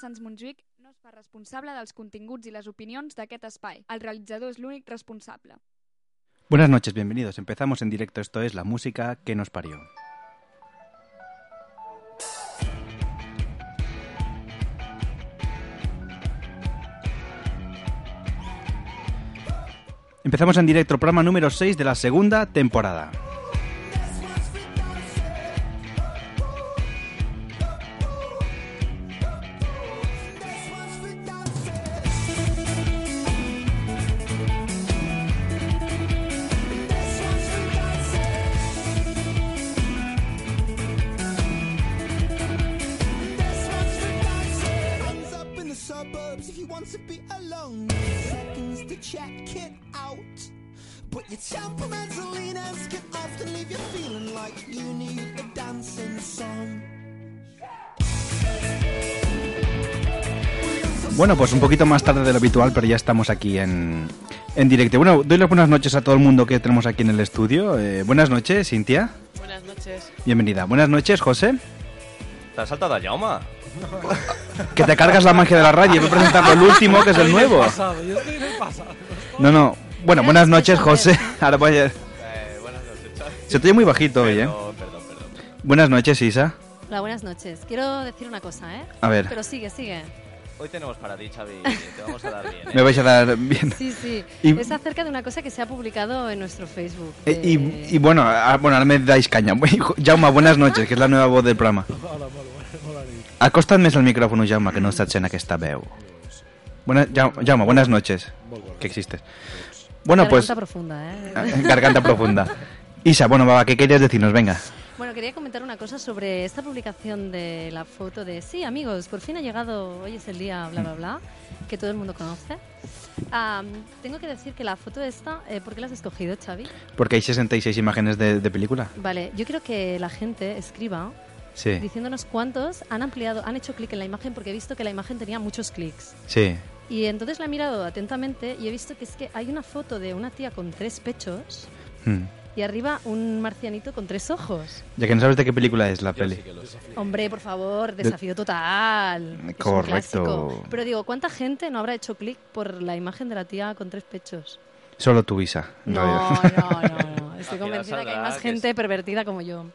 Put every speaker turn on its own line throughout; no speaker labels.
Sans Montjuïc no es fa responsable dels continguts i les opinions d'aquest espai. El realitzador és l'únic responsable.
Buenas noches, bienvenidos. Empezamos en directo. Esto es la música que nos parió. Empezamos en directo, programa número 6 de la segunda temporada. Bueno, pues un poquito más tarde de lo habitual, pero ya estamos aquí en, en directo. Bueno, doy las buenas noches a todo el mundo que tenemos aquí en el estudio. Eh, buenas noches, Cintia.
Buenas noches.
Bienvenida. Buenas noches, José.
T'has saltat a Jaume?
Que te cargas la magia de la radio. Voy a presentar el último, que es el nuevo.
yo estoy en el pasado.
No, no. Bueno, buenas noches, José. Ahora voy a...
Eh, buenas noches, Xavi.
Se te oye muy bajito hoy, ¿eh?
Perdón, perdón, perdón.
Buenas noches, Isa.
Hola, buenas noches. Quiero decir una cosa, ¿eh?
A ver.
Pero sigue, sigue.
Hoy tenemos para ti, Xavi. Te vamos a dar bien,
Me
¿eh?
vais a dar bien.
Sí, sí.
Y-
Es acerca de una cosa que se ha publicado en nuestro Facebook.
Eh,
de-
Y, y bueno, ah, bueno, ahora me dais caña. Jauma, buenas noches, que és la nueva voz del programa.
Hola, molt, bona- molt bona nit.
Acosta't més al micrófono, Jauma, que no estás en aquesta veu. Buena, Jauma, buenas noches,
Molt bona.
que existes. Bueno, pues...
Garganta profunda, ¿eh?
Garganta profunda. Isa, bueno, va, ¿qué querías decirnos? Venga.
bueno, quería comentar una cosa sobre esta publicación de la foto de sí, amigos, por fin ha llegado, hoy es el día, bla, bla, bla, que todo el mundo conoce. Ah, tengo que decir que la foto esta, eh, ¿por qué la has escogido, Xavi?
Porque hay 66 imágenes de, de película.
Vale, yo creo que la gente escriba
Sí,
diciéndonos cuántos han ampliado, han hecho clic en la imagen porque he visto que la imagen tenía muchos clics.
sí.
Y entonces la he mirado atentamente y he visto que es que hay una foto de una tía con tres pechos
Mm.
y arriba un marcianito con tres ojos.
Ya que no sabes de qué película es la
Yo
peli.
sí que lo sé.
Hombre, por favor, desafío total. Es un
Correcto.
clásico. Pero digo, ¿cuánta gente no habrá hecho clic por la imagen de la tía con tres pechos?
Solo tú, Isa. en
No,
realidad.
no, no. no. Estoy
Al final
convencida que hay
saldrá
más
que
gente
es-
pervertida como yo.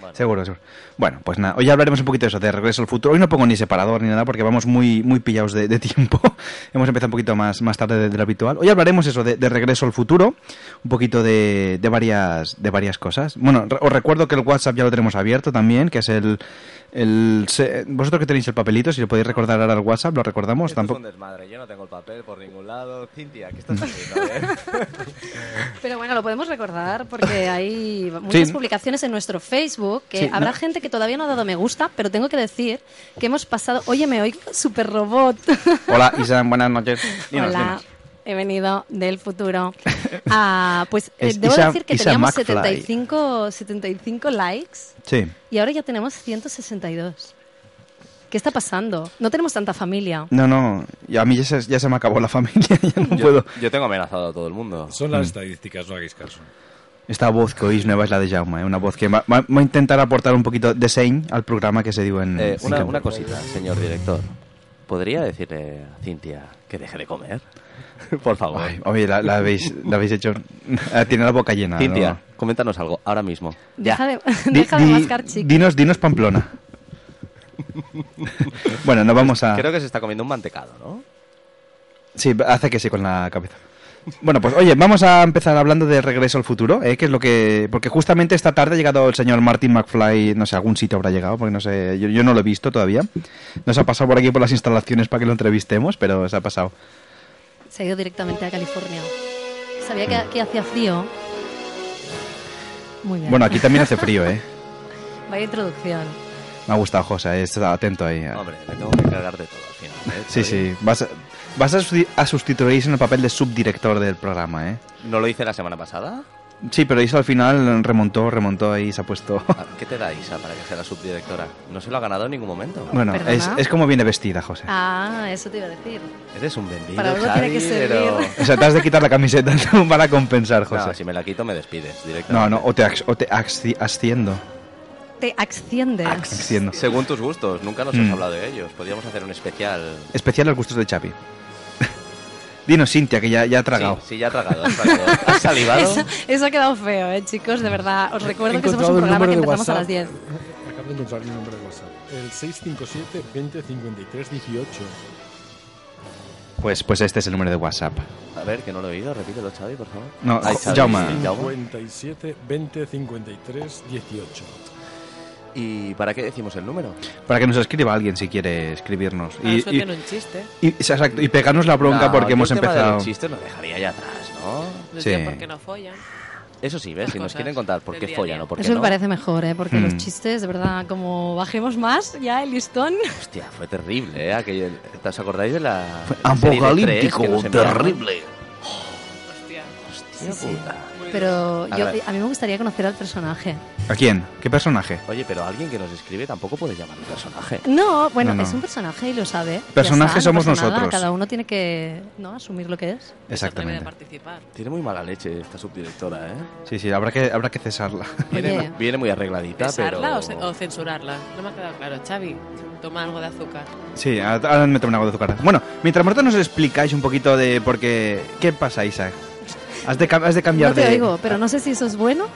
Bueno,
Seguro, seguro. Bueno, pues nada, hoy hablaremos un poquito de eso, de regreso al futuro. Hoy no pongo ni separador ni nada porque vamos muy, muy pillados de, de tiempo. Hemos empezado un poquito más, más tarde de, de lo habitual. Hoy hablaremos eso, de, de regreso al futuro, un poquito de, de varias, de varias cosas. Bueno, re- os recuerdo que el WhatsApp ya lo tenemos abierto también, que es el... el se- vosotros que tenéis el papelito, si lo podéis recordar ahora al WhatsApp, lo recordamos.
Esto es un
Tampoco...
desmadre. Yo no tengo el papel por ningún lado. Cintia, ¿qué estás haciendo? eh?
Pero bueno, lo podemos recordar porque hay muchas
Sí.
publicaciones en nuestro Facebook que
Sí,
habrá
no-
gente que todavía no ha dado me gusta, pero tengo que decir que hemos pasado... Oye, me oigo super robot.
Hola, Isa, buenas noches. Dinos,
Hola,
dinos.
he venido del futuro. Ah, pues eh,
Es
debo
Isa-
decir que
Isa
teníamos
McFly.
75, 75 likes
Sí.
y ahora ya tenemos 162. ¿Qué está pasando? No tenemos tanta familia.
No, no, y a mí ya se, ya se me acabó la familia, ya no puedo.
Yo, yo tengo amenazado a todo el mundo.
Són les estadístiques, no haguis caso.
Esta voz que oís nueva es la de Jaume, eh? una voz que va, va- va a intentar aportar un poquito de seny al programa que se dio en...
Eh,
en
una,
Camp-
una cosita, señor director. ¿Podría decirle a Cintia que deje de comer? Por favor.
Ay, oye, la, la habéis, la habéis hecho... Ah, Tiene la boca llena.
Cintia,
¿no?
coméntanos algo, ahora mismo.
Deja de,
Di-
deja de
di-
mascar, chica.
dinos, dinos Pamplona. bueno, no vamos a...
Creo que se está comiendo un mantecado, ¿no?
Sí, hace que sí con la cabeza. Bueno, pues oye, vamos a empezar hablando de Regreso al Futuro, ¿eh? que es lo que... Porque justamente esta tarde ha llegado el señor Martin McFly, no sé, a algún sitio habrá llegado, porque no sé, yo, yo no lo he visto todavía. Nos ha pasado por aquí por las instalaciones para que lo entrevistemos, pero se ha pasado.
Se ha ido directamente a California. Sabía que, que hacía frío. Muy bien.
Bueno, aquí también hace frío, ¿eh?
Vaya introducción.
Me ha gustado, José, eh, está atento ahí.
Hombre, me tengo que encargar de todo al final. ¿eh?
Sí,
Estoy-
sí, vas, a- vas a, susti- a sustituirse en el papel de subdirector del programa, ¿eh?
¿No lo hice la semana pasada?
Sí, pero eso al final remontó, remontó y se ha puesto...
Ah, ¿Qué te da Isa para que sea la subdirectora? No se lo ha ganado en ningún momento.
Bueno, es,
¿Perdona?
es como viene vestida, José.
Ah, eso te iba a decir.
Eres un vendido,
Para algo tiene
Xavi,
que servir.
pero-
O sea, te has de quitar la camiseta ¿no? para compensar, José.
No, si me la quito me despides
No,
directamente.
no, o te, ax- o te axi- asciendo.
te asciendes.
Siendo.
Según tus gustos, nunca nos has
Mm.
hablado de ellos. Podríamos hacer un especial.
Especial los gustos de Chapi. Dinos, Cintia, que ya, ya ha tragado.
Sí, sí, ya ha tragado, has tragado. ¿Has salivado?
Eso, eso ha quedado feo, ¿eh, chicos? De verdad, os recuerdo
He
que somos un
encontrado
programa
el
que
número de
empezamos a
WhatsApp.
las 10.
Acabo de encontrar mi número de WhatsApp. El 657 20 53 18.
Pues, pues este es el número de WhatsApp.
A ver, que no lo he oído. Repítelo, Xavi, por favor.
No,
Ay, Xavi.
Jaume.
Jaume.
57 20 53 18.
¿Y para qué decimos el número?
Para que nos escriba alguien si quiere escribirnos.
Y,
Y, y,
un chiste.
y- exacto, y pegarnos la bronca
No,
porque
yo
hemos
el tema de
empezado.
los chistes lo dejaría ya atrás, ¿no?
Los
Sí.
días porque no follan.
Eso sí, ¿ves?
Las
Si nos
cosas
quieren contar por
del
qué
día a
follan
día.
o por qué
Eso me
no.
parece mejor, ¿eh? Porque
Mm.
los chistes, de verdad, como bajemos más ya el listón.
Hostia, fue terrible, ¿eh? Aquello, ¿Te os acordáis de la.
Fue
serie de
apocalíptico,
tres que nos enviaron?
terrible.
Hostia.
Sí,
Hostia
sí.
puta.
Pero
A
yo,
ver.
a mí me gustaría conocer al personaje.
¿A quién? ¿Qué personaje?
Oye, pero alguien que nos escribe tampoco puede llamar un personaje.
No, bueno,
No, no.
es un personaje y lo sabe. Ya
Personaje
está, no
somos
pasa nada,
nosotros.
Cada uno tiene que ¿no? asumir lo que es.
No se atreve a
Exactamente.
participar.
Tiene muy mala leche esta subdirectora, ¿eh?
Sí, sí, habrá que, habrá que cesarla.
Viene,
Oye.
viene muy arregladita,
¿Pesarla o, ce-
pero.
o censurarla? No me ha quedado claro. Xavi, toma algo de azúcar.
Sí, ahora me tomo un agua de azúcar. Bueno, mientras Marta nos explicáis un poquito de por qué... ¿Qué pasa, Isaac? Has de, cam- has de cambiar
No te
de...
oigo, pero no sé si eso es bueno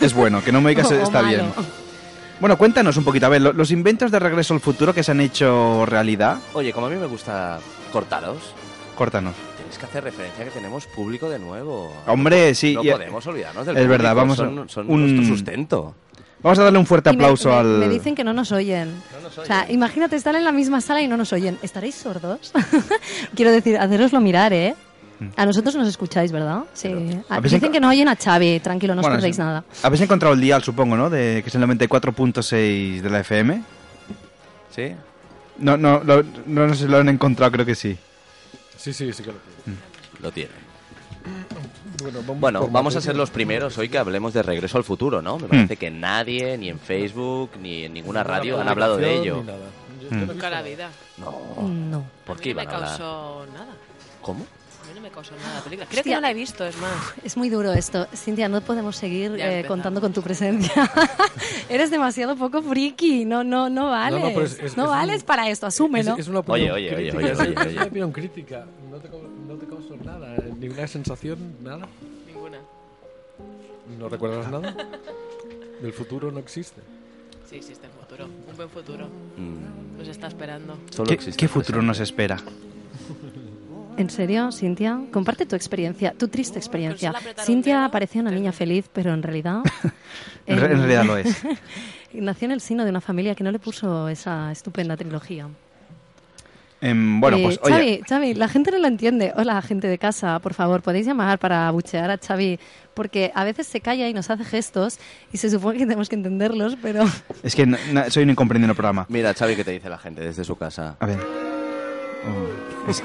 Es bueno, que no me digas
o,
está
malo.
bien. Bueno, cuéntanos un poquito, a ver, lo- los inventos de Regreso al Futuro que se han hecho realidad,
Oye, como a mí me gusta cortaros,
córtanos.
tenéis que hacer referencia que tenemos público de nuevo.
Hombre, sí,
no
y- eh,
podemos olvidarnos del
Es verdad,
público,
vamos a-
son, son
un-
nuestro sustento.
vamos a darle un fuerte
Y me-
aplauso
me,
al...
me dicen que no nos oyen. O sea, imagínate estar en la misma sala y no nos oyen. ¿Estaréis sordos? Quiero decir, haceroslo mirar, ¿eh?
Hmm.
A nosotros nos escucháis, ¿verdad? Sí.
Pero-
Ah,
¿Habéis
Dicen
enco-
que no oyen a Xavi, tranquilo, no os
Bueno,
perdéis
sí.
nada.
Habéis encontrado el dial, supongo, ¿no? De, que es el 94.6 de la FM.
¿Sí?
No, no, lo- no, no sé si lo han encontrado, creo que sí.
Sí, sí, sí que lo tengo.
Lo tiene.
Bueno, vamos,
Bueno,
por
vamos a
materia.
ser los primeros hoy que hablemos de Regreso al Futuro, ¿no?
Hmm.
Me parece que nadie, ni en Facebook, ni en ninguna radio, han hablado de ello.
Ni nada. Yo- yo
Mm.
no he
Nunca la
visto
vida.
Oh.
No.
No.
¿Por
a
qué
mí no
iban
me
a hablar?
causó nada.
¿Cómo?
A mí no me causó nada la película. Creo que
Hostia.
no la he visto, es más.
Es muy duro esto. Cintia, no podemos seguir
Ya
eh,
empezamos.
contando con tu presencia. Eres demasiado poco friki. No, no, no vales. No,
pero es- es- es
vales
un-
para esto,
Es,
asúmelo.
es una opinión
Oye, oye, oye,
crítica,
oye,
es-
oye,
es
oye.
una opinión crítica. No te, cau- no te causó nada, eh, ninguna sensación, nada.
Ninguna.
¿No recuerdas nada? Del futuro no existe.
Sí, existe el futuro. Un buen futuro.
Mm,
Nos está esperando.
solo
¿Qué,
existe
qué
el
futuro
presente.
nos espera?
¿En serio, Cintia? Comparte tu experiencia, tu triste experiencia.
solo apretar un
Cintia
dedo,
parecía una niña feliz, pero en realidad...
En, re- en
Eh.
realidad lo es.
Nació en el sino de una familia que no le puso esa estupenda trilogía.
Em, bueno,
Eh,
pues
Xavi,
oye,
Xavi, la gente no lo entiende. Hola, gente de casa, por favor, podéis llamar para abuchear a Xavi, porque a veces se calla y nos hace gestos y se supone que tenemos que entenderlos, pero
es que na- na- soy un incomprendido en el programa.
Mira, Xavi, ¿qué te dice la gente desde su casa?
A ver. Oh, es-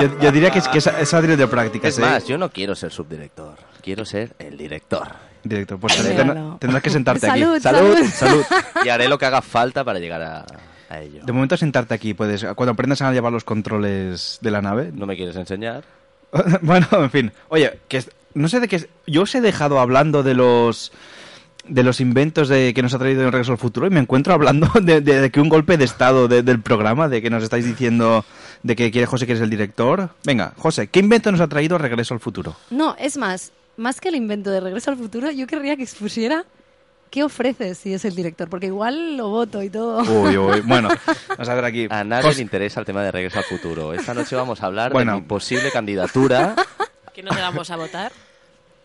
yo, yo diría que es, que es, es Adri de prácticas,
Es
¿eh?
más, yo no quiero ser subdirector, quiero ser el director.
Director, pues
Míralo.
tendrá- tendrás que sentarte aquí.
Salud,
Salud,
salud.
salud. Y haré lo que haga falta para llegar a, a ello.
De momento sentarte aquí, puedes. Cuando aprendas a llevar los controles de la nave.
¿No me quieres enseñar?
bueno, en fin. Oye, que es- no sé de qué. es- Yo os he dejado hablando de los de los inventos de que nos ha traído el regreso al futuro y me encuentro hablando de, de- de que un golpe de estado de- del programa, de que nos estáis diciendo de que quiere José que es el director. Venga, José, ¿qué invento nos ha traído regreso al futuro?
No, es más, más que el invento de Regreso al Futuro, yo querría que expusiera qué ofrece si es el director, porque igual lo voto y todo.
Uy, uy, bueno, vamos a ver aquí.
A nadie
Jos-
le interesa el tema de Regreso al Futuro. Esta noche vamos a hablar
Bueno.
de mi posible candidatura.
¿Que no te vamos a votar?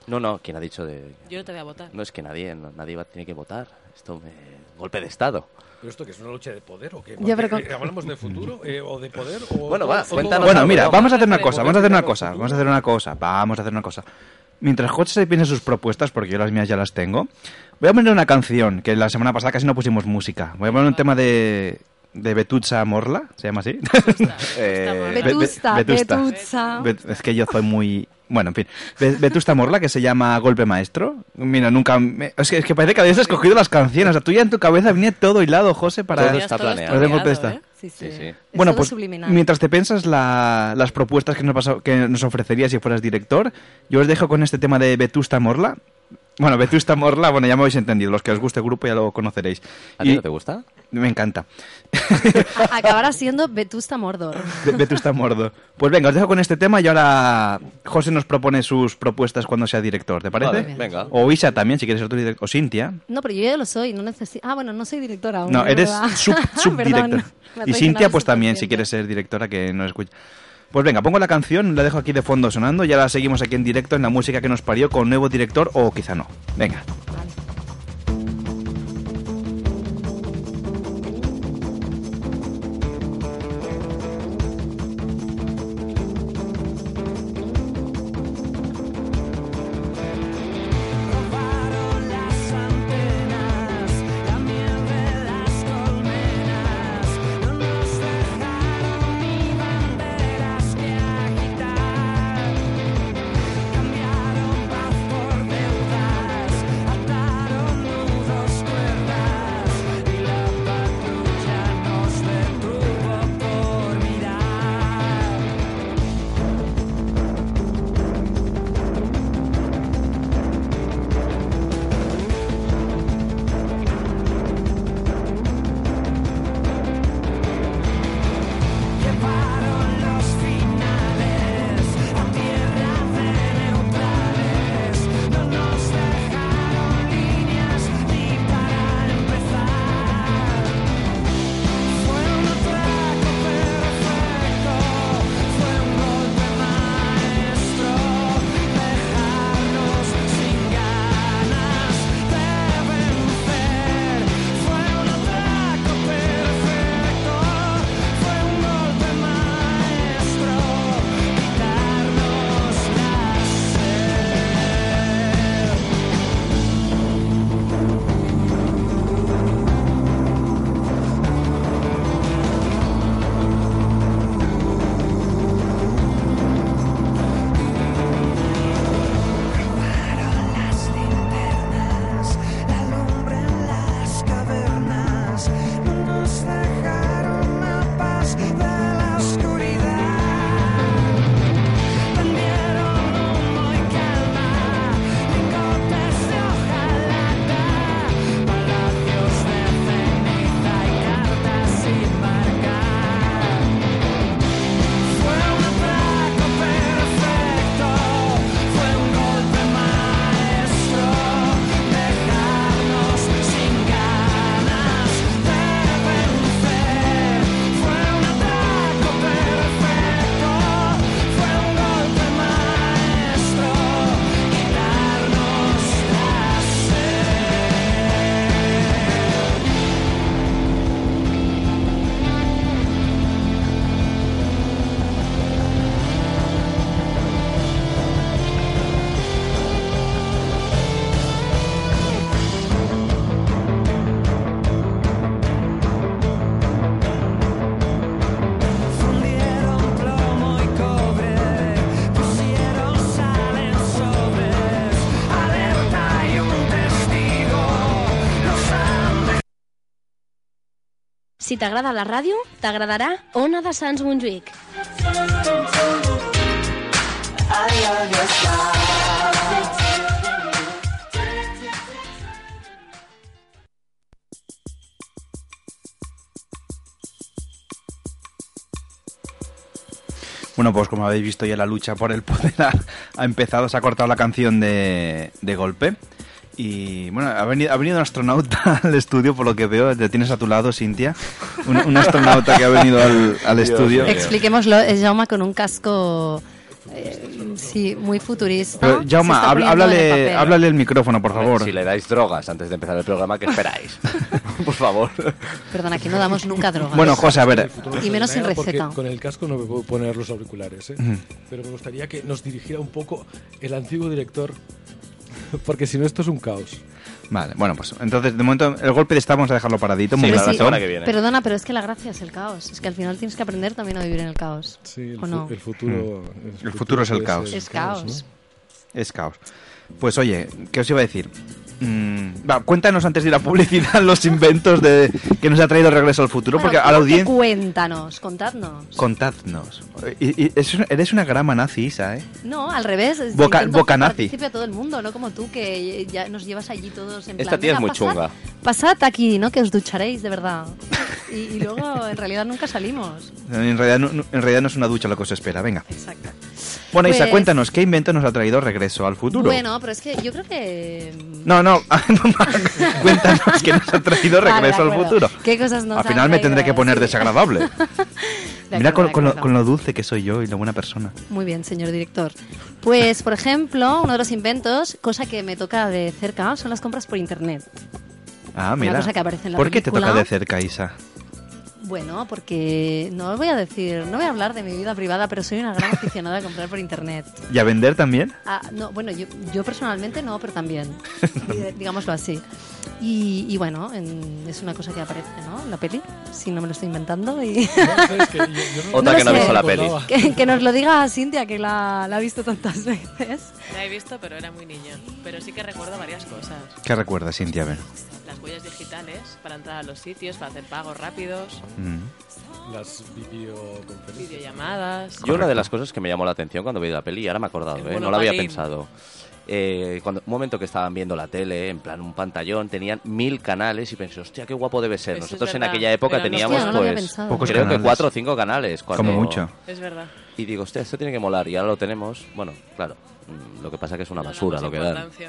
No, no, quien ha dicho de...
Yo no te voy a votar.
No es que nadie, no- nadie va, tiene que votar. Esto me... Golpe de Estado.
¿Pero esto que es una lucha de poder o qué?
Ya, pero con-
Eh, ¿Hablamos de futuro eh, o de poder? O,
Bueno,
o-
va,
o todo-
cuéntanos
Bueno,
algo,
mira,
¿no?
vamos a hacer una
Vamos a
cosa, vamos a hacer una cosa,
futuro.
vamos a hacer una cosa, vamos a hacer una cosa. Mientras Hotch se piensa sus propuestas, porque yo las mías ya las tengo, voy a poner una canción, que la semana pasada casi no pusimos música. Voy a poner un tema de, de Betutsa Morla, ¿se llama así?
mal.
Be- Be-
Vetusta,
Vetusta.
Vetusta.
Bet- Es que yo soy muy... Bueno, en fin. Be- Vetusta Morla, que se llama Golpe Maestro. Mira, nunca... me- Es, que, es que parece que habías escogido las canciones. La tuya en tu cabeza venía todo hilado, José, para...
Todo está planeado.
Para el golpe de estado.
¿eh?
Sí,
Sí,
sí.
sí.
Es
Bueno,
todo
pues
subliminal.
mientras te piensas la- las propuestas que nos, pasa- que nos ofrecería si fueras director, yo os dejo con este tema de Vetusta Morla, Bueno, Vetusta Morla, bueno, ya me habéis entendido. Los que os guste el grupo ya lo conoceréis.
¿A
Y
ti no te gusta?
me encanta.
A- Acabará siendo Vetusta Mordor.
Ve- Vetusta Mordo. Pues venga, os dejo con este tema y ahora José nos propone sus propuestas cuando sea director, ¿te parece?
Vale, venga.
O Isa también, si quieres ser tu director. O Cintia.
No, pero yo ya lo soy, no necesito... Ah, bueno, no soy directora aún.
No,
es
eres
verdad.
sub- subdirector.
Perdón, me
y
traicionaba
Cintia, pues también, si
subconsciente.
quieres ser directora, que nos escucha. Pues venga, pongo la canción, la dejo aquí de fondo sonando y ahora seguimos aquí en directo en la música que nos parió con nuevo director o quizá no. Venga.
Si t'agrada la ràdio, t'agradarà Ona de Sants Montjuïc.
Bueno, pues como habéis visto ya la lucha por el poder ha, ha empezado, se ha cortado la canción de, de golpe. Y bueno, ha venido, ha venido un astronauta al estudio, por lo que veo, te tienes a tu lado, Cintia. Un, un astronauta que ha venido al, al
Dios
estudio.
mío.
Expliquémoslo, es Jaume con un casco... eh, sí, muy futurista.
Pero,
Se
Jaume,
está
hab-
poniendo de
háblale,
papel.
háblale el micrófono, por favor.
Si le dais drogas antes de empezar el programa, ¿qué esperáis? Por favor.
Perdona, aquí no damos nunca drogas.
Bueno, José, a ver,
Y menos sin
Porque
receta.
Con el casco no me puedo poner los auriculares, ¿eh? pero me gustaría que nos dirigiera un poco el antiguo director, porque si no esto es un caos.
Vale, bueno, pues entonces de momento el golpe de esta vamos a dejarlo paradito.
Sí,
muy
claro,
bien.
la semana que viene.
Perdona, pero es que la gracia es el caos. Es que al final tienes que aprender también a vivir en el caos.
Sí, el,
¿O no?
futuro,
El futuro es el
puede
caos.
ser
Es caos.
¿no?
Es caos. Pues oye, ¿qué os iba a decir? Mm, va, cuéntanos antes de ir a publicidad los inventos de que nos ha traído Regreso al Futuro,
Bueno,
porque a
creo
la
que
audiencia...
Cuéntanos, contadnos.
Contadnos. Y- y- es una- eres una grama nazi, Isa, ¿eh?
No, al revés. es-
Boca-
intento que
bocanazi.
participe a todo el mundo, no como tú, que ya nos llevas allí todos en
Esta
plan,
tía es
"Venga,
muy
pasad,
chunga.
Pasad aquí, ¿no? Que os ducharéis, de verdad. Y, y luego, en realidad, nunca salimos.
En realidad, no- no- en realidad no es una ducha lo que os espera, venga.
Exacto.
Bueno, Isa,
Pues-
cuéntanos, ¿qué invento nos ha traído Regreso al Futuro?
Bueno, pero es que yo creo que...
No, no, cuéntanos qué nos ha traído
Vale, de
Regreso al
acuerdo.
Futuro.
¿Qué cosas nos
Al
han
final me
traído?
tendré que poner
Sí.
desagradable.
De
Mira
acuerdo,
con,
de
con lo,
acuerdo.
con lo dulce que soy yo y lo buena persona.
Muy bien, señor director. Pues, por ejemplo, uno de los inventos, cosa que me toca de cerca, son las compras por internet.
Ah, mira.
cosa que aparece en la
¿Por qué te toca
película?
de cerca, Isa?
Bueno, porque no os voy a decir, no voy a hablar de mi vida privada, pero soy una gran aficionada a comprar por internet.
¿Y a vender también?
Ah, no, bueno, yo, yo personalmente no, pero también, Eh, digámoslo así. Y, y bueno, en- es una cosa que aparece, ¿no? En la peli, si no me lo estoy inventando. Y
Otra
No que no ha visto
la peli.
que, que nos lo diga Cintia, que la, la ha visto tantas veces.
La he visto, pero era muy niña. Pero sí que recuerdo varias cosas.
¿Qué recuerdas, Cintia? A ver.
Las huellas digitales para entrar a los sitios, para hacer pagos rápidos,
Mm.
Las videoconferencias.
videollamadas.
Yo una de las cosas que me llamó la atención cuando vi la peli, y ahora me he acordado,
El
¿eh? no la había
monopatín.
pensado. Eh, cuando, un momento que estaban viendo la tele, en plan un pantallón, tenían mil canales y pensé, hostia, qué guapo debe ser.
Eso es
Nosotros en
verdad,
aquella época
pero no-
teníamos
Hostia, no lo había
pues,
pensado.
Pocos
creo
canales.
que cuatro o cinco canales. Cuando...
Como mucho.
Es verdad.
Y digo, hostia, esto tiene que molar y ahora lo tenemos. Bueno, claro, mm, lo que pasa que es una
No damos
basura lo que dan.
importancia.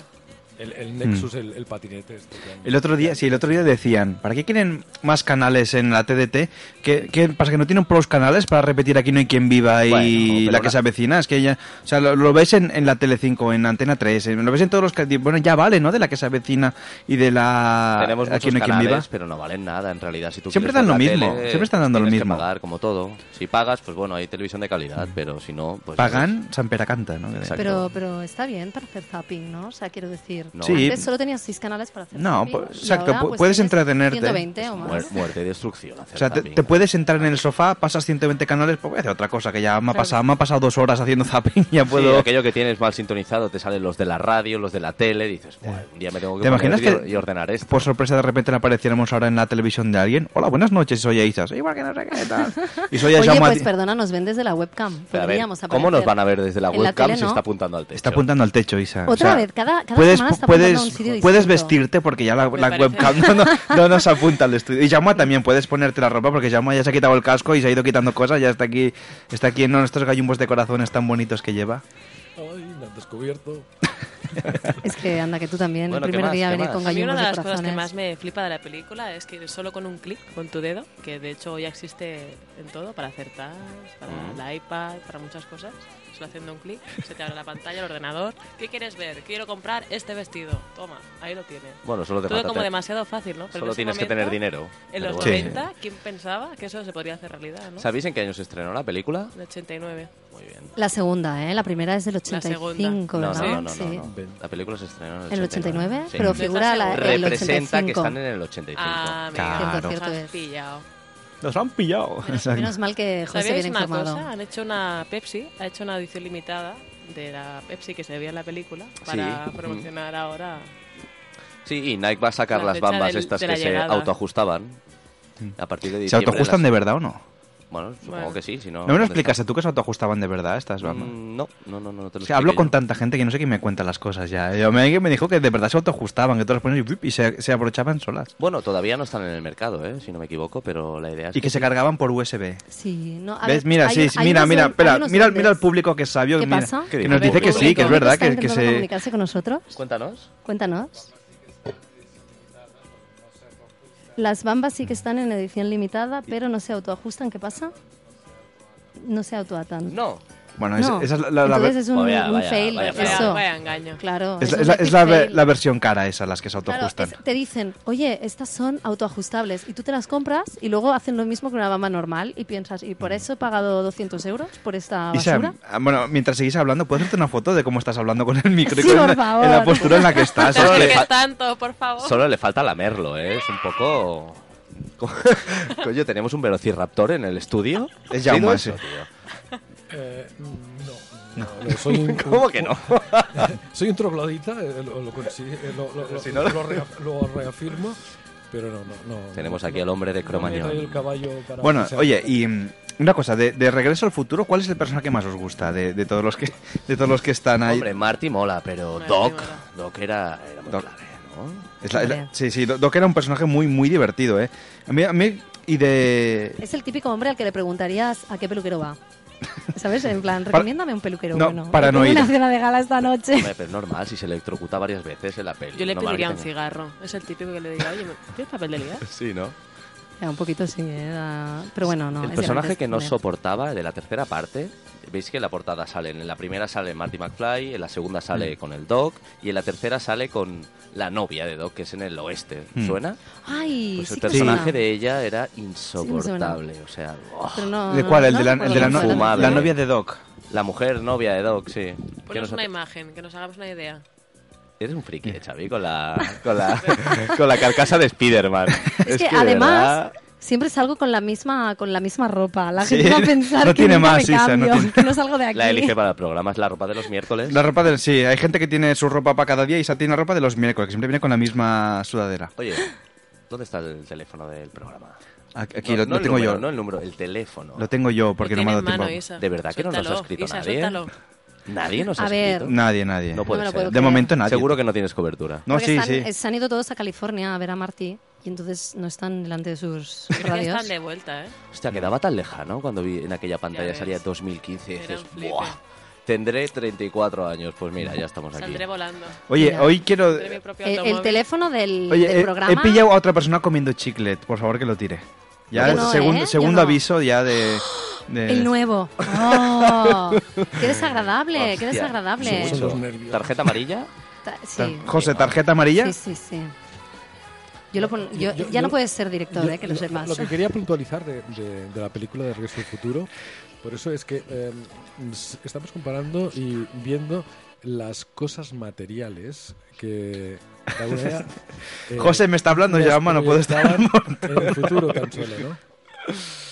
El, el Nexus, el, el patinete. Este, que han-
El otro día, sí, el otro día decían, ¿para qué quieren más canales en la TDT? ¿Qué, qué pasa? ¿Que no tienen los canales para repetir aquí no hay quien viva y
Bueno, pero
la que
una-
se avecina? Es que ya, o sea, lo, lo ves en, en la Tele5, en Antena 3, en- lo ves en todos los... ca- Bueno, ya vale, ¿no? De la que se avecina y de la...
Tenemos
Ah, aquí
muchos
no hay quien viva.
canales, pero no valen nada en realidad. Si tú
Siempre
quieres
dan
ver
lo
la
mismo,
tele,
siempre están dando lo
tienes que
mismo.
pagar como todo. Si pagas, pues bueno, hay televisión de calidad, pero si no, pues...
Pagan San Peracanta, ¿no?
Exacto.
Pero, pero está bien para hacer zapping, ¿no? O sea, quiero decir.
No.
Sí.
Antes solo tenías seis canales para hacer
No,
zapping,
pues,
y
exacto,
ahora,
pu-
pues,
puedes
tienes
entretenerte. Pues,
120 o más.
Muer- muerte y destrucción. hacer
O sea, te,
zapping.
te puedes entrar en el sofá, pasas 120 canales, pues voy a hacer otra cosa que ya me ha pasado, me ha pasado dos horas haciendo zapping, ya
Sí,
puedo...
aquello que tienes mal sintonizado, te salen los de la radio, los de la tele, dices, "Buah, un día me tengo que
¿Te
poner
imaginas
y-
que-
y ordenar esto.
por sorpresa de repente le apareciéramos ahora en la televisión de alguien. Hola, buenas noches, soy Aisa. Soy igual que no sé qué tal. Y soy
Oye,
Aisa
pues
Mati-
perdona, nos ven desde la webcam.
Pero a ver,
Podríamos
¿Cómo nos
aparecer.
van a ver desde la
En la
webcam
tele,
si
no.
está apuntando al techo?
Está apuntando al techo, Isa.
Otra vez, cada- cada
puedes,
semana está
puedes,
apuntando a un sitio
puedes
distinto.
vestirte porque ya la,
Me
la
parece-
webcam no, no- no nos apunta al estudio. Y Yama también puedes ponerte la ropa porque Yama ya se ha quitado el casco y se ha ido quitando cosas. Ya está aquí, está aquí en nuestros gallumbos de corazones tan bonitos que lleva.
Ay, me han descubierto.
Es que anda, que tú también,
Bueno,
el
¿qué
primer
más?
día
¿Qué
venir
más?
con
A mí una de
gallumbos de
las cosas que
corazones.
más me flipa de la película es que solo con un clic con tu dedo, que de hecho ya existe en todo, para hacer tabs, para la iPad, para muchas cosas, solo haciendo un clic se te abre la pantalla, el ordenador. ¿Qué quieres ver? Quiero comprar este vestido. Toma, ahí lo tienes.
Bueno, solo te
Todo
falta
como
te-
demasiado fácil, ¿no? Pero en
Solo
ese
tienes que
momento,
tener dinero.
En
pero
los
bueno. Sí.
90, ¿quién pensaba que eso se podría hacer realidad, no?
¿Sabéis en qué año se estrenó la película?
En 89.
Muy bien.
La segunda, ¿eh? La primera es del
La segunda.
85,
No,
¿no?
no, no, no,
Sí.
no, no. La película se estrenó en el
¿El
89.
89?
Sí.
Pero
Sí.
figura la, el
Representa
85.
que están en el 85.
Ah, mira,
Claro.
Cierto, cierto
has
es.
pillado.
Nos han pillado.
Menos mal que José
¿Sabíais
viene
una
informado.
cosa? Han hecho una Pepsi, ha hecho una edición limitada de la Pepsi que se veía en la película para
ujú.
promocionar ahora.
Sí, y Nike va a sacar
La
las
fecha
bambas
del-
estas
de la
que se
llegada.
autoajustaban. A partir de
Mm. ¿Se
diciembre
autoajustan de
las-
verdad o no?
Bueno, supongo
Bueno.
que sí, si no...
No me lo
¿dónde
explicas
está?
tú que se autoajustaban de verdad estas vamos.
Mm, No, no, no, no, no te lo
Es que hablo
expliqué
con
yo.
tanta gente que no sé quién me cuenta las cosas ya. ¿eh? Yo- me- Alguien me dijo que de verdad se autoajustaban, que todas las ponían y, ¡pip! y se, se abrochaban solas.
Bueno, todavía no están en el mercado, ¿eh? si no me equivoco, pero la idea es
Y que se cargaban por USB.
Sí, no, a
¿Ves?
ver,
Mira,
hay-
sí, sí,
hay
mira,
unos
mira,
don-
espera,
hay unos
mira, mira al
duendes.
público que es sabio,
¿Qué
mira,
pasa?
que
¿Qué
nos
dice?
dice que sí, que es
¿Público
verdad,
está
que, que
intentando
se...
comunicarse con nosotros?
Cuéntanos.
Cuéntanos. Las bambas sí que están en edición limitada, pero no se autoajustan. ¿Qué pasa? No se autoatan.
No.
Bueno, es-
No.
esa es la, la- la-
Entonces es un,
Vaya,
un
vaya,
fail.
vaya
Vaya,
eso.
vaya engaño.
Claro.
es la-
un
es la-
epic
es la ve-
fail.
la versión cara esa, las que se
Claro,
autoajustan.
es- te dicen, oye, estas son autoajustables y tú te las compras y luego hacen lo mismo que una bamba normal y piensas, ¿y
Mm.
por eso he pagado 200 euros por esta
Isa,
basura?
ah, bueno, mientras seguís hablando, ¿puedo hacerte una foto de cómo estás hablando con el micro y
Sí,
con
por
la-
favor.
en la postura en la que
Pero
estás? Es
es
que-
que-
¿Qué tanto, por favor?
Solo le falta lamerlo, ¿eh? Es un poco... Co- Coño, tenemos un velociraptor en el estudio.
Es
¿Ha sido
Jaume,
eso,
sí.
tío?
Eh, no. No, no, soy un,
¿Cómo que no?
soy un troglodita, eh, lo, lo, consi- eh, lo- lo-
si
lo-
no-
lo rea- lo reafirmo, pero no, no, no.
Tenemos aquí al hombre de
No me he traído el
Cromañón.
caballo para
Bueno,
pisar.
oye, y mm, una cosa, de, de Regreso al Futuro, ¿cuál es el personaje que más os gusta de, de todos los que de todos los que están ahí?
Hombre, Marty mola, pero
Marty
Doc,
mola.
Doc era, era muy
Doc.
clave, ¿no?
Es la- es la- sí, sí, Doc era un personaje muy, muy divertido, ¿eh? A mí, a mí- y de...
Es el típico hombre al que le preguntarías a qué peluquero va. ¿Sabes? En plan, recomiéndame un peluquero
No,
bueno.
para no
Tengo
ir.
una cena de gala esta noche.
Hombre, pero es normal si se electrocuta varias veces en la peli.
Yo le
normal
pediría
que
un
tenga-
cigarro. Es el típico que le diría, oye, ¿tienes papel de ligar?
Sí, ¿no?
Ya, un poquito sí, eh, da- pero bueno, no.
el
es
personaje
grande,
que no
es
soportaba, el de la tercera parte, veis que en la portada salen, en la primera sale Marty McFly, en la segunda
Mm.
sale con el Doc y en la tercera sale con la novia de Doc, que es en el oeste.
Mm.
¿Suena?
Ay,
Pues
sí
el
que me
personaje
suena.
de ella era
suena.
insoportable, o sea, ¡oh! ¡buah!
Pero no,
¿De
no,
cuál? ¿El
no
de la,
recuerdo
el de la,
cuál
no-
era.
Infumable.
la novia de Doc?
la mujer novia de Doc, sí. Que
Ponos
nos-
Pues una imagen, que nos hagamos una idea.
Eres un friki,
Mm.
eh, Xavi, con la, con la, con la carcasa de Spider-Man.
Es, que,
de
además
verdad,
siempre salgo con la misma con la misma ropa. La
Sí,
gente va a pensar
no
que
tiene
nunca
más,
me
Isa, no
cambio,
tiene-
que no salgo de aquí.
la elige para el programa, es la ropa de los miércoles.
La ropa del... Sí, hay gente que tiene su ropa para cada día y esa tiene la ropa de los miércoles, que siempre viene con la misma sudadera.
Oye, ¿dónde está el teléfono del programa?
Aquí aquí
No,
lo,
no
lo
el
tengo
número,
yo.
No el número, el teléfono.
Lo tengo yo porque
Lo
no me ha
tiene
dado
en mano,
tiempo.
Isa.
¿De verdad que no nos lo has
Suéltalo,
escrito
Isa,
nadie? ¿eh?
suéltalo.
Nadie nos
A
ha
ver.
escrito.
Nadie, nadie.
No puede
No me lo
ser.
puedo
de
creer.
momento nadie.
Seguro que no tienes cobertura.
No,
Porque
sí,
están-
sí.
eh, Se han ido todos a California a ver a Marty y entonces no están delante de sus
Creo que
radios.
están de vuelta, ¿eh?
Hostia, quedaba tan lejano cuando vi en aquella pantalla
ves.
salía 2015. Y
Era
dices,
un flipe.
"Buah, Tendré 34 años. Pues mira, ya estamos aquí.
Saldré volando.
Eh,
Oye,
Mira.
hoy quiero...
Tendré mi propio
Eh, El, el
automóvil.
teléfono del,
Oye,
del
he,
programa.
he pillado a otra persona comiendo chiclet. Por favor, que lo tire. Ya,
Yo no,
segundo,
¿eh? Yo
segundo
no.
aviso ya de... de-
El nuevo. ¡Oh! ¡Qué desagradable! ¡Qué
Hostia,
desagradable!
Son
mucho.
los nervios.
Tarjeta amarilla.
Ta-
Ta-
Sí.
José, ¿tarjeta amarilla?
Sí, sí, sí. Yo lo pon- yo-
Yo-
ya
yo-
no puedes ser director,
Yo-
eh, que lo sepas.
Lo que quería puntualizar de, de- de la película de Regreso al Futuro, por eso es que eh, s- estamos comparando y viendo las cosas materiales que de alguna manera, eh,
José me está hablando,
las
yo mamá, no puedo estar.
proyectaban Este, en el futuro tan solo, ¿no?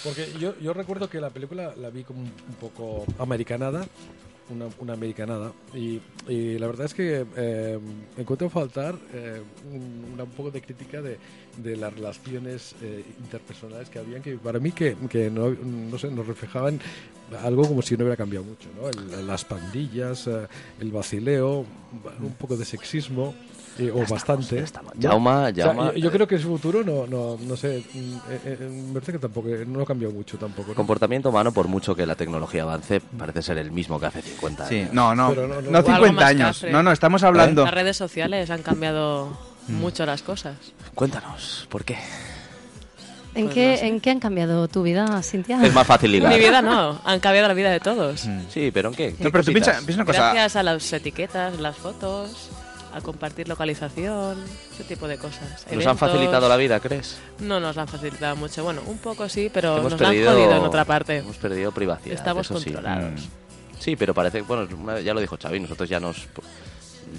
Porque yo, yo recuerdo que la película la vi como un, un poco americanada, una, una americanada, y, y la verdad es que eh, encuentro faltar eh, un, una- un poco de crítica de, de las relaciones eh, interpersonales que habían, que para mí que, que no, no sé, nos reflejaban algo como si no hubiera cambiado mucho, ¿no? El- las pandillas, eh, el vacileo, un poco de sexismo, eh, o bastante. ¿no?
Yauma,
O sea,
Yauma.
yo, yo creo que su futuro no, no, no sé. mm, eh, eh, me parece que tampoco eh, no ha cambiado mucho tampoco. ¿no?
Comportamiento humano, por mucho que la tecnología avance, parece ser el mismo que hace 50 años.
Sí, no, no,
Pero
no,
no, no.
Algo
50
más
años.
cafre.
No, no, estamos hablando.
Las redes sociales han cambiado
Mm.
mucho las cosas.
Cuéntanos, ¿por qué?
¿En,
Pues
qué,
no sé.
¿En qué han cambiado tu vida, Cintia?
Es más fácil ligar.
Mi vida no, han cambiado la vida de todos.
Sí, pero ¿en qué?
No, pero tú piensa,
Cositas.
piensa una cosa.
Gracias a las etiquetas, las fotos, a compartir localización, ese tipo de cosas.
¿Nos han facilitado la vida, crees?
No nos la han facilitado mucho. Bueno, un poco sí, pero
Hemos
nos la han
perdido,
jodido en otra parte.
Hemos perdido privacidad.
Estamos
eso sí. Mm.
controlados.
Sí, pero parece, bueno, es una- ya lo dijo Xavi, nosotros ya nos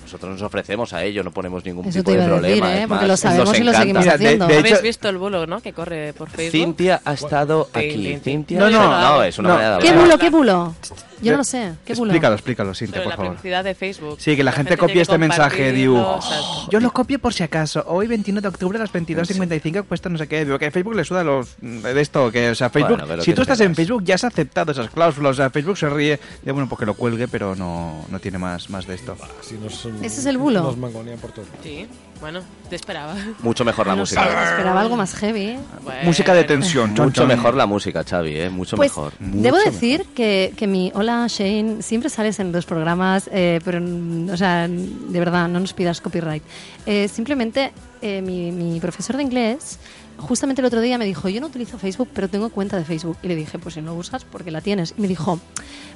nosotros nos ofrecemos a ello, no ponemos ningún
Eso
tipo
te
de
iba a decir,
problema.
¿eh?
es
Porque
más,
lo sabemos
nos
y lo
encanta.
seguimos
Mira, de-
haciendo.
de-
¿Habéis
hecho-
visto el bulo, no? Que corre por Facebook.
Cintia ha estado
Tin,
aquí.
tin, tin.
Cintia,
No, no,
no, es una
no.
manera de
¿Qué
hablar.
bulo, qué bulo? Yo no lo sé. ¿Qué bulo?
Eh, Explícalo, explícalo, Cintia,
Sobre
por
la
favor.
publicidad de Facebook.
Sí, que la gente copie
tiene que
este mensaje,
compartir
diu.
cosas.
"Oh, yo lo copio por si acaso. Hoy, 21 de octubre, a las 22.55, cuesta no sé qué. Digo, que a Facebook le suda los, mm, de esto. que O sea, Facebook,
Bueno, pero
si
¿qué
tú estás
esperas?
en Facebook, ya has aceptado esas cláusulas. O sea, Facebook se ríe de, bueno, porque lo cuelgue, pero no, no tiene más, más de esto.
Si nos, mm,
Ese es el bulo.
Nos mangonean por todo.
Sí, bueno, te esperaba.
Mucho mejor la
No sé,
música.
esperaba algo más heavy. ¿eh?
Bueno.
Música de tensión. chon,
Mucho
chon.
mejor la música, Xavi, ¿eh? Mucho
Pues
mejor.
debo decir que, que mi hola Shane siempre sales en los programas, eh, pero mm, o sea, de verdad no nos pidas copyright. Eh, simplemente eh, mi, mi profesor de inglés justamente el otro día me dijo yo no utilizo Facebook pero tengo cuenta de Facebook y le dije pues si no usas porque la tienes y me dijo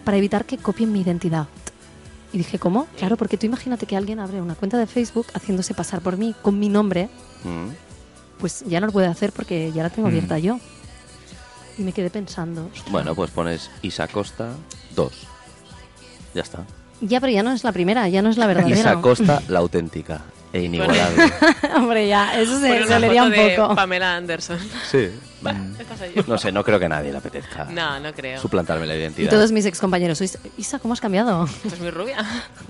para evitar que copien mi identidad. Y dije, ¿cómo? Claro, porque tú imagínate que alguien abre una cuenta de Facebook haciéndose pasar por mí con mi nombre
Mm.
pues ya no lo puede hacer porque ya la tengo
Mm.
abierta yo. Y me quedé pensando. ostras,
Bueno, pues pones Isa Costa 2. Ya está.
Ya, pero ya no es la primera, ya no es la verdadera.
Isa Costa, la auténtica. E inigualable.
Hombre, ya, eso
Pon
se,
una
se olería
foto
un
de
poco.
Pamela Anderson.
sí.
Estás ahí.
No sé, no creo que a nadie le apetezca
No, no creo.
suplantarme la
Y
identidad.
todos mis excompañeros, "Isa- Isa, ¿cómo has cambiado?
Estás Pues muy rubia.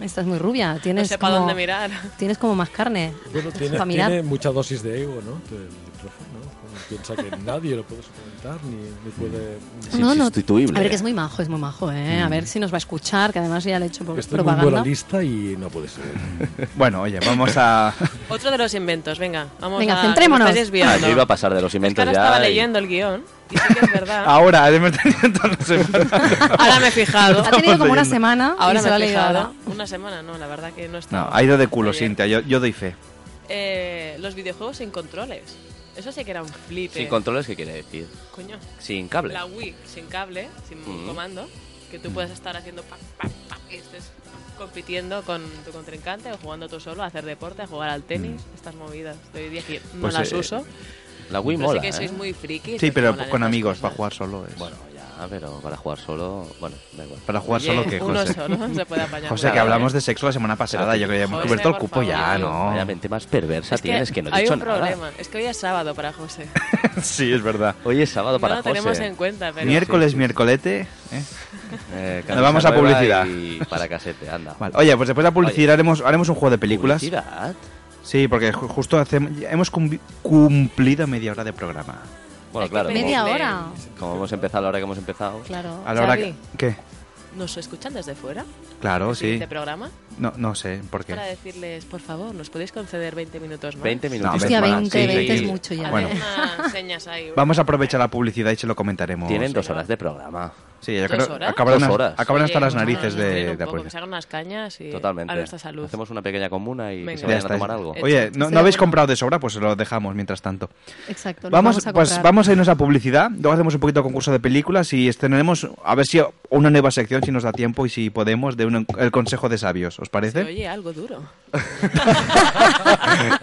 Estás muy rubia,
No
tienes
sé para
como,
dónde mirar.
tienes como más carne.
Bueno, tiene,
Para mirar.
tiene mucha dosis de ego, ¿no? El micrófono, ¿no? Como Piensa que nadie lo puede suplementar ni, ni puede.
Es
No, no.
insustituible.
A ver, que es muy majo, es muy majo, ¿eh? A ver si nos va a escuchar, que además ya le he hecho po-
Estoy muy
propaganda.
moralista y no puede ser.
Bueno, oye, vamos a...
Otro de los inventos, venga. Vamos
Venga,
a...
centrémonos.
Me estáis
Ah,
desviando.
yo iba a pasar de los
Es que
inventos
ahora
ya.
estaba
y-
leyendo el guión y sí que es verdad.
Ahora, hemos tenido toda la semana.
Ahora me he fijado.
Ha tenido como una
leyendo.
semana
pues Ahora
y se lo ha
me he
leído ahora.
fijado. Una semana, no, la verdad que no está.
No, ha ido de culo,
Ayer.
Cintia, yo, yo doy fe.
Eh, los videojuegos sin controles. Eso sí que era un flipe.
Sin controles, ¿qué quiere decir?
Coño.
Sin cable.
La Wii sin cable, sin
Mm.
comando, que tú puedes estar haciendo pa, pa, pa, y estés compitiendo con tu contrincante o jugando tú solo a hacer deporte, a jugar al tenis, estas movidas de hoy día que no
Pues,
las
eh,
uso.
La Wii
pero
mola.
sí que
¿eh?
sois muy frikis.
Sí,
os
pero
molan
con
estas
amigos,
cosas.
para jugar solo es.
Bueno, ya, pero para jugar solo. Bueno, da igual.
para jugar
Oye,
solo que,
uno
José.
solo se puede apañar.
José, que
Claro,
hablamos
eh.
de sexo la semana pasada,
Pero
yo creo que hemos
José,
cubierto el
por
cupo ya,
favor.
¿no?
Vaya mente más perversa
Es que
tienes que no he
hay
dicho
un
nada.
problema, es que hoy es sábado para José.
Sí, es verdad.
Hoy es sábado
no
para
lo
José.
tenemos en cuenta, pero
miércoles, miércolete. ¿eh?
Eh,
Nos vamos a
Nueva
publicidad.
Y para casete, anda.
Vale. Oye, pues después de la publicidad haremos, haremos un juego de películas.
¿Publicidad?
Sí, porque ju- justo hacemos, hemos cum- cumplido media hora de programa.
Bueno,
Hay que
claro. como-
Media
Hombre.
hora.
Como hemos empezado a la hora que hemos empezado.
Claro.
A la hora que,
Xavi,
¿Qué?
¿nos escuchan desde fuera?
Claro,
¿El
Oh, sí.
siguiente programa?
No, no sé, ¿por qué?
Para decirles, por favor, ¿nos podéis conceder 20 minutos más?
20
No,
minutos.
Hostia,
ves,
20,
sí,
20 es
sí.
mucho ya. ¿eh?
Bueno.
Haced unas señas ahí.
Vamos a aprovechar la publicidad y se lo comentaremos.
Tienen dos horas de programa.
Sí, yo
¿Dos
creo
horas?
acabarán,
Dos
as-
horas.
acabarán hasta
Oye,
las
pues,
narices
bueno,
de,
que
de
nos poco,
la
Que se
publicidad.
hagan unas cañas y
Totalmente.
a nuestra salud.
Hacemos una pequeña comuna y que
Venga.
se
Ya
vayan
está.
a tomar algo.
Hecho.
Oye, no,
Estoy
no
de
habéis
acuerdo.
comprado de sobra, pues lo dejamos mientras tanto.
Exacto. lo
Vamos,
vamos a
pues
comprar.
vamos a irnos a publicidad. Luego hacemos un poquito de concurso de películas y estrenaremos a ver si una nueva sección, si nos da tiempo y si podemos, de un- el consejo de sabios. ¿Os
Se
parece?
Oye, algo duro.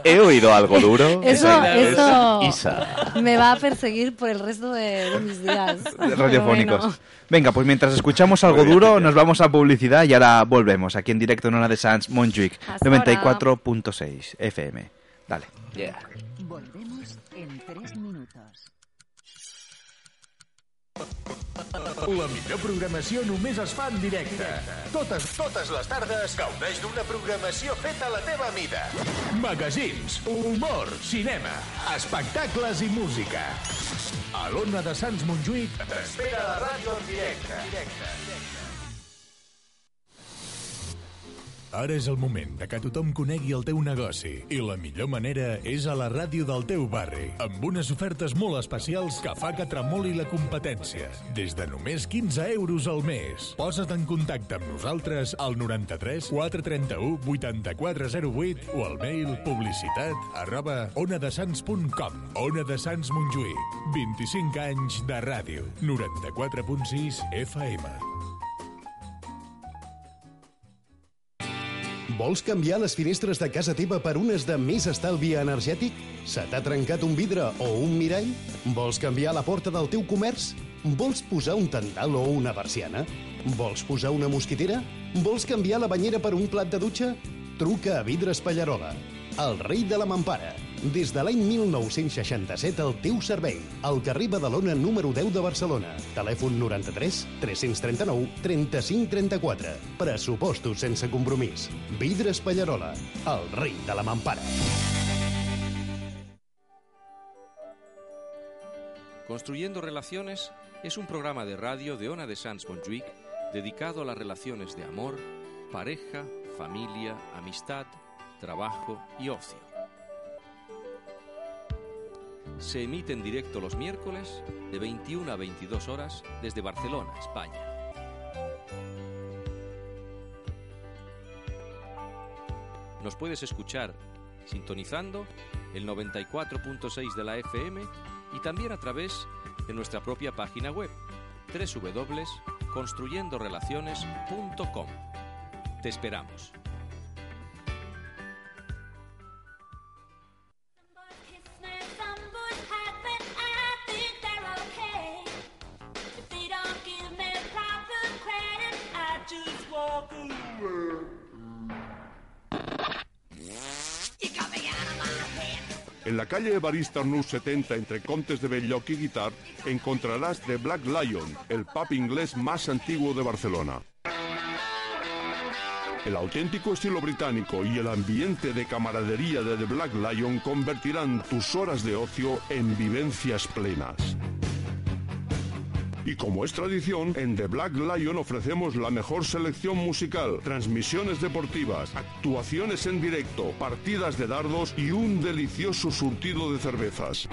He oído algo duro.
Eso, eso
Isa.
me va a perseguir por el resto de, de mis días.
Radiofónicos.
Bueno.
Venga, pues mientras escuchamos algo duro, nos vamos a publicidad y ahora volvemos aquí en directo en Ona de Sans Montjuic
Hasta
94.6 FM. Dale.
Yeah.
Volvemos en tres minutos.
La millor programació només es fa en directe. Totes, totes les tardes gaudeix d'una programació feta a la teva mida. Magazins, humor, cinema, espectacles i música. A l'Ona de Sants Montjuïc t'espera la ràdio en directe.
Ara és el moment de que tothom conegui el teu negoci i la millor manera és a la ràdio del teu barri, amb unes ofertes molt especials que fa que tremoli la competència. Des de només 15 euros al mes. Posa't en contacte amb nosaltres al 93 431 8408 o al mail publicitat arroba onadesans.com Ona de Sants Montjuïc, 25 anys de ràdio, 94.6 FM.
Vols canviar les finestres de casa teva per unes de més estalvi energètic? Se t'ha trencat un vidre o un mirall? Vols canviar la porta del teu comerç? Vols posar un tendal o una persiana? Vols posar una mosquitera? Vols canviar la banyera per un plat de dutxa? Truca a Vidres Pallarola, el rei de la mampara. Des de l'any 1967 al teu servei, al carrer Badalona número 10 de Barcelona. Telèfon 93 339 35 34. Pressupostos sense compromís. Vidres Pallarola, el rei de la mampara.
Construyendo Relaciones es un programa de radio de Ona de Sans Montjuic dedicado a las relaciones de amor, pareja, familia, amistad, trabajo y ocio. Se emite en directo los miércoles de 21 a 22 horas desde Barcelona, España. Nos puedes escuchar sintonizando el 94.6 de la FM y también a través de nuestra propia página web www.construyendorelaciones.com. Te esperamos.
Yo
En la calle Evarista Arnús 70, entre Contes de Belloc y Guitar, encontrarás The Black Lion, el pub inglés más antiguo de Barcelona. El auténtico estilo británico y el ambiente de camaradería de The Black Lion convertirán tus horas de ocio en vivencias plenas. Y como es tradición, en The Black Lion ofrecemos la mejor selección musical, transmisiones deportivas, actuaciones en directo, partidas de dardos y un delicioso surtido de cervezas.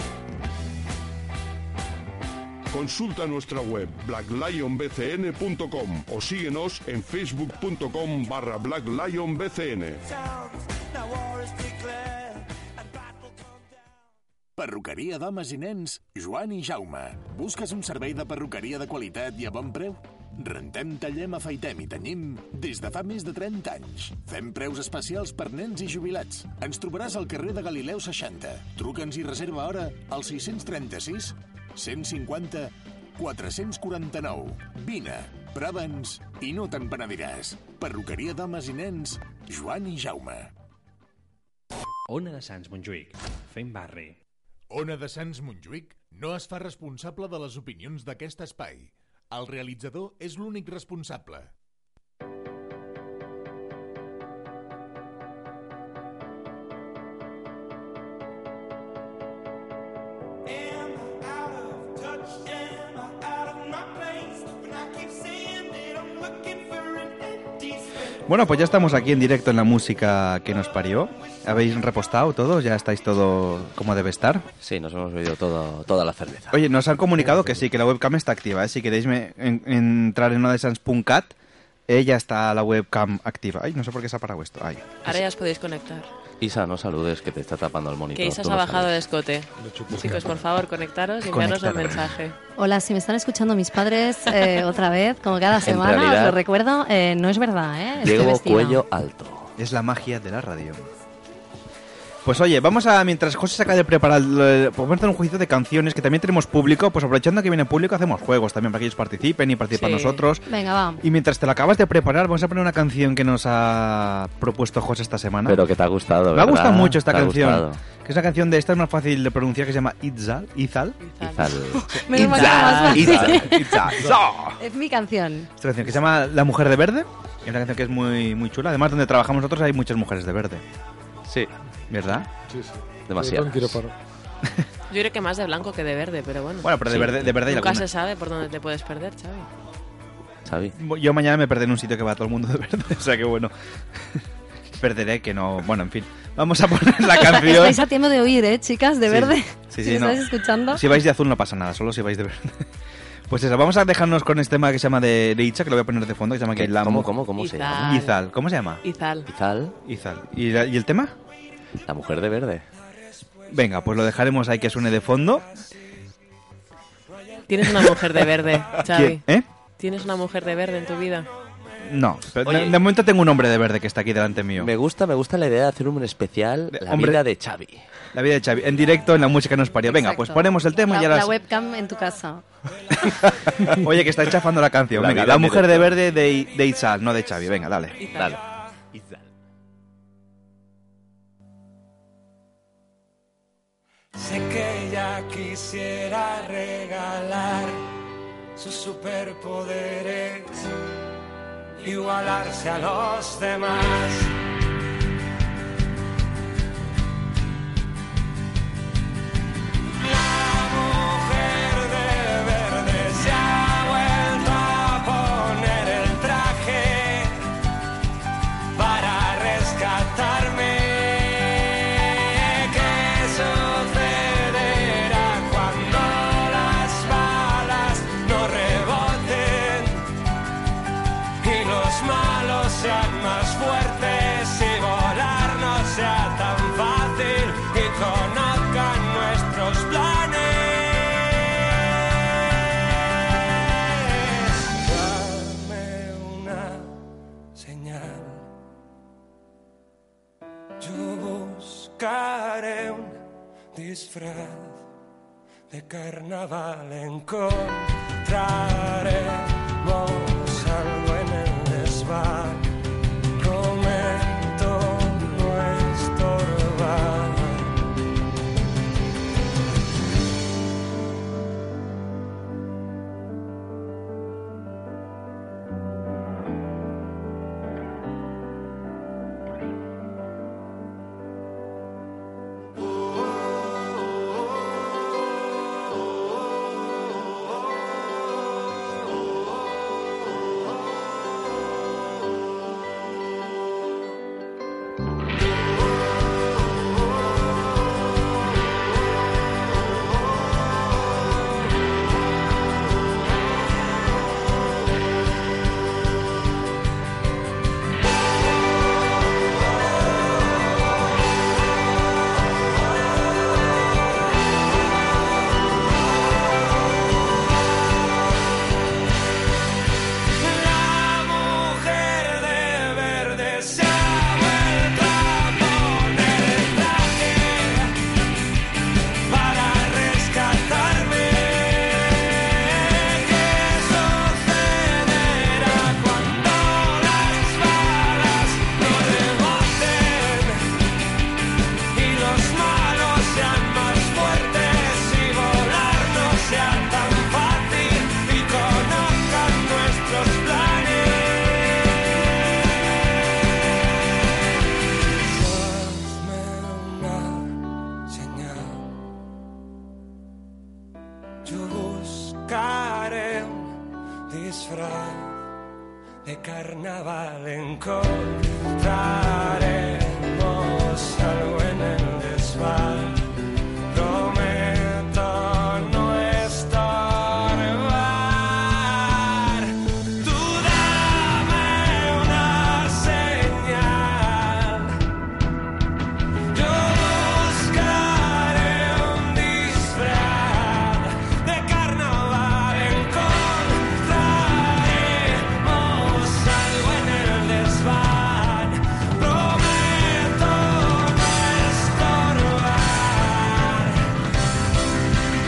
Consulta nuestra web blacklionbcn.com o síguenos en facebook.com barra blacklionbcn.
Perruqueria d'homes i nens, Joan i Jaume. Busques un servei de perruqueria de qualitat i a bon preu? Rentem, tallem, afaitem i tenim des de fa més de 30 anys. Fem preus especials per nens i jubilats. Ens trobaràs al carrer de Galileu 60. Truca'ns i reserva hora al 636 150 449. Vine, prova'ns i no te'n penediràs. Perruqueria d'homes i nens, Joan i Jaume.
Ona de Sants Montjuïc. Fem barri.
Ona de Sants Montjuïc no es fa responsable de les opinions d'aquest espai. El realitzador és l'únic responsable.
Bueno, pues ya estamos aquí en directo en la música que nos parió. ¿Habéis repostado todos? ¿Ya estáis todo como debe estar?
Sí, nos hemos bebido todo, toda la cerveza.
Oye, nos han comunicado que sí, que la webcam está activa. ¿eh? Si queréis me- en- entrar en una de sans.cat, eh, ya está la webcam activa. Ay, no sé por qué se ha parado esto. Ay.
Ahora ya os podéis conectar.
Isa, no saludes, que te está tapando el monitor.
Que Isa
tú
se ha
no
bajado de
saludes.
escote. Chicos, por favor, conectaros y enviarnos el mensaje.
Hola, si me están escuchando mis padres eh, otra vez, como cada
En
semana, os
realidad-
lo recuerdo, eh, no es verdad, ¿eh? Estoy
Diego
vestida.
Cuello
alto.
Es la magia de la radio. Pues oye, vamos a, mientras José se acaba de preparar, eh, pues vamos a hacer un juicio de canciones que también tenemos público, pues aprovechando que viene público hacemos juegos también para que ellos participen y participan
Sí.
nosotros.
Venga, va.
Y mientras te la acabas de preparar, vamos a poner una canción que nos ha propuesto José esta semana.
Pero que te ha gustado,
Ah, Me ha
¿verdad?
gustado mucho esta
Te ha
canción.
gustado.
Que es una canción de esta, es más fácil de pronunciar, que se llama Itzal. Izal.
Izal.
Menos mal que era más fácil.
Itzal. Itzal. Itzal.
Es mi canción.
Esta canción que se llama La Mujer de Verde. Es una canción que es muy, muy chula. Además, donde trabajamos nosotros hay muchas mujeres de verde.
Sí.
¿Verdad?
Sí, sí.
Demasiadas.
Sobre todo en quirófano.
Yo creo que más de blanco que de verde, pero bueno.
Bueno, pero de Sí. verde- de verde hay
Nunca
alguna.
se sabe por dónde te puedes perder, Xavi.
Yo mañana me perderé en un sitio que va todo el mundo de verde. O sea que bueno. Perderé que no. Bueno, en fin. Vamos a poner la canción.
Estáis a tiempo de oír, ¿eh, chicas? De
Sí.
verde. si
Sí, sí,
me
no.
estáis escuchando.
Si vais de azul no pasa nada, solo si vais de verde. Pues eso, vamos a dejarnos con este tema que se llama de, de Itza, que lo voy a poner de fondo, que se llama que la
¿Cómo, cómo, cómo se llama?
Izal. ¿Cómo se llama?
Izal.
Izal.
Izal. ¿Y, la- y el tema?
La mujer de verde.
Venga, pues lo dejaremos ahí que suene de fondo.
Tienes una mujer de verde, Xavi.
¿Quién? ¿Eh?
¿Tienes una mujer de verde en tu vida?
No, pero
Oye.
de, de momento tengo un hombre de verde que está aquí delante mío.
Me gusta, me gusta la idea de hacer un especial La
hombre-
vida de Xavi.
La vida de Xavi, en directo en la música nos parió. Venga, pues
Exacto.
ponemos el tema
la,
y ahora...
la webcam en tu casa.
Oye, que está enchafando la canción.
La
Venga,
vida
la
en
mujer de
directo.
verde de, I- de Itzal, no de Xavi. Venga, dale.
Dale.
Sé que ella quisiera regalar sus superpoderes, igualarse a los demás. La mujer de verde se ha vuelto a poner el traje para rescatarme. ¿Qué sucederá cuando las balas no reboten y los malos sean más fuertes y volar no sea tan fácil y conozcan nuestros planes? Dame una señal. Yo buscaré un disfraz de carnaval. Encontraremos algo en el desván. Prometo no estorbar. disfraz de carnaval encontraremos algo en el desván. Prometo no estorbar. Tú dame una señal. Yo buscaré un disfraz de carnaval encontraremos algo en el desván. Prometo no estorbar.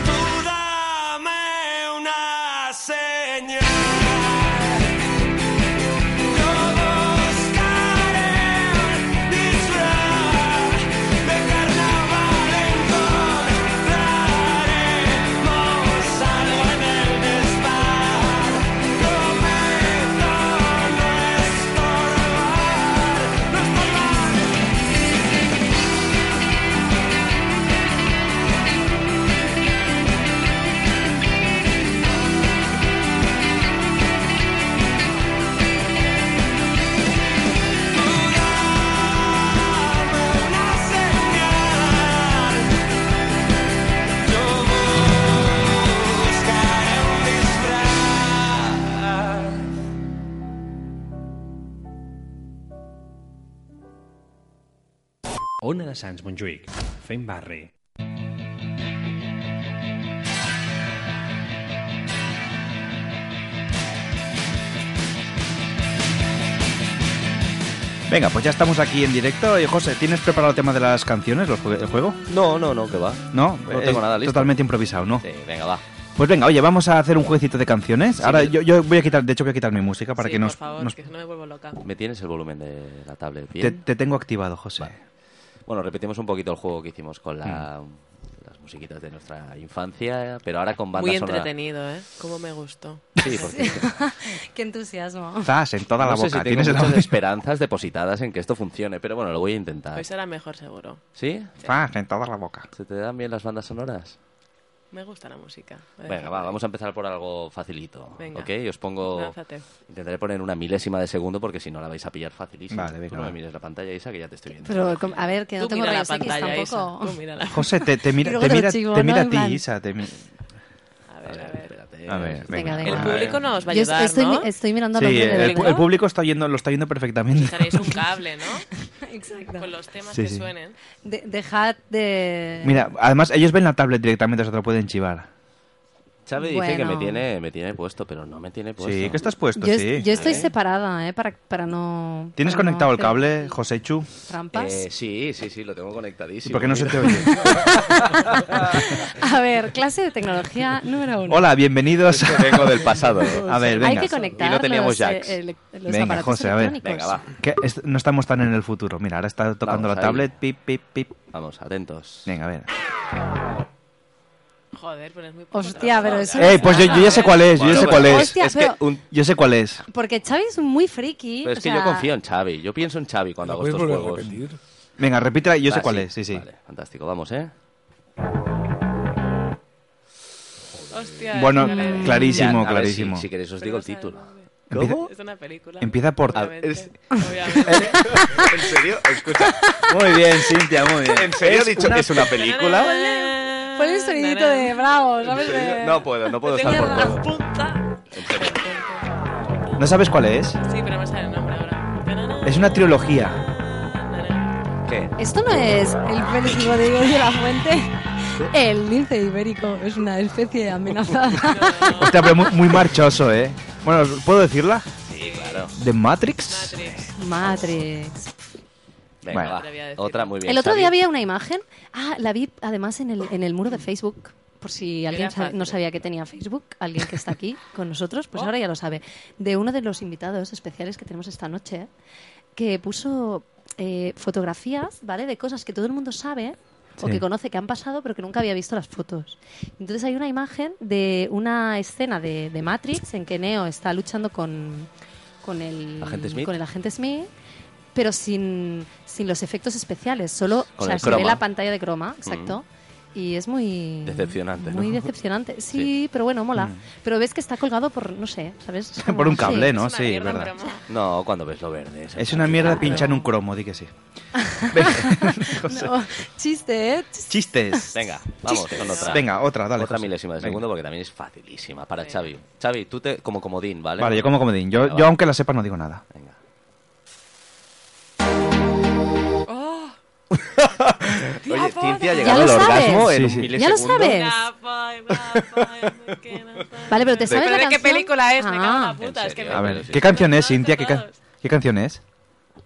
Tú dame una señal. Yo buscaré un disfraz de carnaval encontraremos algo en el desván. Prometo no estorbar, no buscaré un disfraz.
Ona de Sants Montjuïc, fent barri.
Venga, pues ya estamos aquí en directo. Eh, José, ¿tienes preparado el tema de las canciones, los jue- el juego?
No, no, no, que va.
No,
No
Eh,
tengo nada
es
listo.
Totalmente improvisado, ¿no?
Sí, venga, va.
Pues venga, oye, vamos a hacer un jueguecito de canciones. Ahora yo, yo voy a quitar, de hecho voy a quitar mi música para
Sí,
que
por
nos,
favor,
nos-
que no me vuelvo loca.
¿Me tienes el volumen de la tablet
Te,
bien?
te tengo activado, José.
Bueno, repetimos un poquito el juego que hicimos con la-
Mm.
las musiquitas de nuestra infancia, pero ahora con banda
Muy
sonora.
entretenido, ¿eh? Cómo me gustó.
Sí, porque-
Qué entusiasmo.
Zas, en toda
no
la
sé
boca.
si tengo
Tienes el
muchas
audio.
esperanzas depositadas en que esto funcione, pero bueno, lo voy a intentar.
Hoy será mejor, seguro.
¿Sí?
Zas, en toda la boca.
¿Se te dan bien las bandas sonoras?
Me gusta la música. Voy a
Venga,
dejarlo
va,
ahí.
vamos a empezar por algo facilito.
Venga.
¿Ok? Y os pongo...
Lánzate.
Intentaré poner una milésima de segundo porque si no la vais a pillar facilísimo.
Vale,
Tú
venga,
no me
va.
mires la pantalla, Isa, que ya te estoy viendo.
Pero, com- a ver, que no
Tú
tengo
mira la
rayos X
pantalla,
tampoco.
Isa, tú mírala.
José, te, te mira,
Y luego
te
lo
mira,
chivo,
te
¿no?
mira
En
a ti,
plan-
Isa. Te mi-
A ver, a ver.
A ver, venga.
venga.
El público no os va a
Yo
ayudar,
estoy,
¿no?
mi- estoy mirando a
Sí,
los del
el,
elenco.
pu- el público está oyendo, lo está oyendo perfectamente.
Necesitaréis un cable, ¿no?
Exacto.
Con los temas
Sí,
que
sí.
suenen.
De- dejad de...
Mira, además ellos ven la tablet directamente, o sea, te lo pueden chivar.
Xavi dice que me
Bueno.
tiene, me tiene puesto, pero Pues no me tiene puesto.
Sí, que estás puesto,
yo, es-
sí.
yo estoy
¿Eh?
separada, ¿eh? Para, para no...
¿Tienes
para no
conectado el
hacer
cable, José Chu?
Trampas.
Eh, sí, sí, sí, lo tengo conectadísimo.
¿Y por qué no se
mira.
te oye?
A ver, clase de tecnología número uno.
Hola, bienvenidos.
vengo del pasado.
A ver,
Hay
venga.
que conectar
Y no teníamos
los,
jacks.
eh, ele- los
Venga,
aparatos
José, a ver.
electrónicos.
Que est- no estamos tan en el futuro. Mira, ahora está tocando
Vamos
la
ahí.
tablet. Pip, pip, pip.
Vamos, atentos.
Venga, a ver.
Joder, pero es muy poco
Hostia, pero eso...
Eh, pues yo, yo ya sé cuál es, yo ya
Bueno,
sé
bueno.
cuál es.
Hostia, Es que pero-
un-
Yo sé cuál es.
Porque Xavi es muy friki.
Pero es
o
que
sea,
yo confío en Xavi. Yo pienso en Xavi cuando
¿La
hago
puedes
estos
volver a
juegos.
repetir?
Venga, repítela, yo sé
Ah,
cuál
sí.
es, sí, sí.
Vale, fantástico. Vamos, ¿eh?
Hostia,
Bueno,
ya le-
clarísimo,
a ver,
clarísimo.
si, si queréis os
Pero
digo el
no sabe
título.
dónde.
¿Cómo?
Es una película.
Empieza por-
A-
Obviamente.
es-
Obviamente.
¿En serio? Escucha. Muy bien, Cintia, muy bien. ¿En serio he dicho que es una película?
Ponle, ponle el sonidito de bravo, ¿sabes?
¿En serio?
De-
No pues- puedo, no puedo estar
Tenía
por todo.
¿No sabes cuál es?
Sí, pero me sale el nombre ahora. Tanana,
Es Ah, una trilogía.
¿Qué?
Esto no es el Félix Rodrigo de la Fuente. El lince ibérico es una especie amenazada.
Hostia, pero muy, muy marchoso, ¿eh? Bueno, ¿os- ¿puedo decirla?
Sí, claro.
¿De Matrix?
Matrix.
Matrix.
Venga,
Bueno.
va. Otra muy bien.
El otro
Xavi.
día había una imagen. Ah, la vi además en el, en el muro de Facebook. Por si alguien sa- no sabía que tenía Facebook, alguien que está aquí con nosotros, pues ahora ya lo sabe. De uno de los invitados especiales que tenemos esta noche, que puso eh, fotografías, ¿vale? De cosas que todo el mundo sabe o
Sí.
que conoce, que han pasado, pero que nunca había visto las fotos. Entonces hay una imagen de una escena de, de Matrix en que Neo está luchando con, con, el,
Agente Smith.
con el agente Smith pero sin, sin los efectos especiales, solo o
Con
sea,
el
se ve
croma.
Mm.
la pantalla de croma, exacto. y es muy...
Decepcionante,
Muy
¿no?
decepcionante. Sí, pero bueno, mola.
Mm.
Pero ves que está colgado por, no sé, ¿sabes? Es como-
Por un cable,
sí.
¿no? Sí, verdad.
No, cuando ves lo verde.
Es una mierda pinchar en un cromo, di que sí. Venga, José.
No, chiste, ¿eh?
Chistes.
Venga, vamos
Chistes.
con otra.
Venga, otra, dale,
Otra
José.
milésima de
Venga.
segundo porque también es facilísima para Xavi. Xavi, tú te, como comodín, ¿vale?
Vale, yo como comodín. Yo,
Venga,
yo
va.
aunque la sepa, no digo nada.
Oye, Oh. Cintia ha
Ya
llegado
lo
al
sabes.
orgasmo
Sí,
en
sí.
un
Ya lo
milisegundo.
sabes. Vale, pero te
De-
sabes la
¿Pero de
canción.
qué película es? Me cago en la
Ah.
puta. Es que me...
A ver, ¿qué canción es, Cintia? ¿Qué, ca- ¿Qué canción es?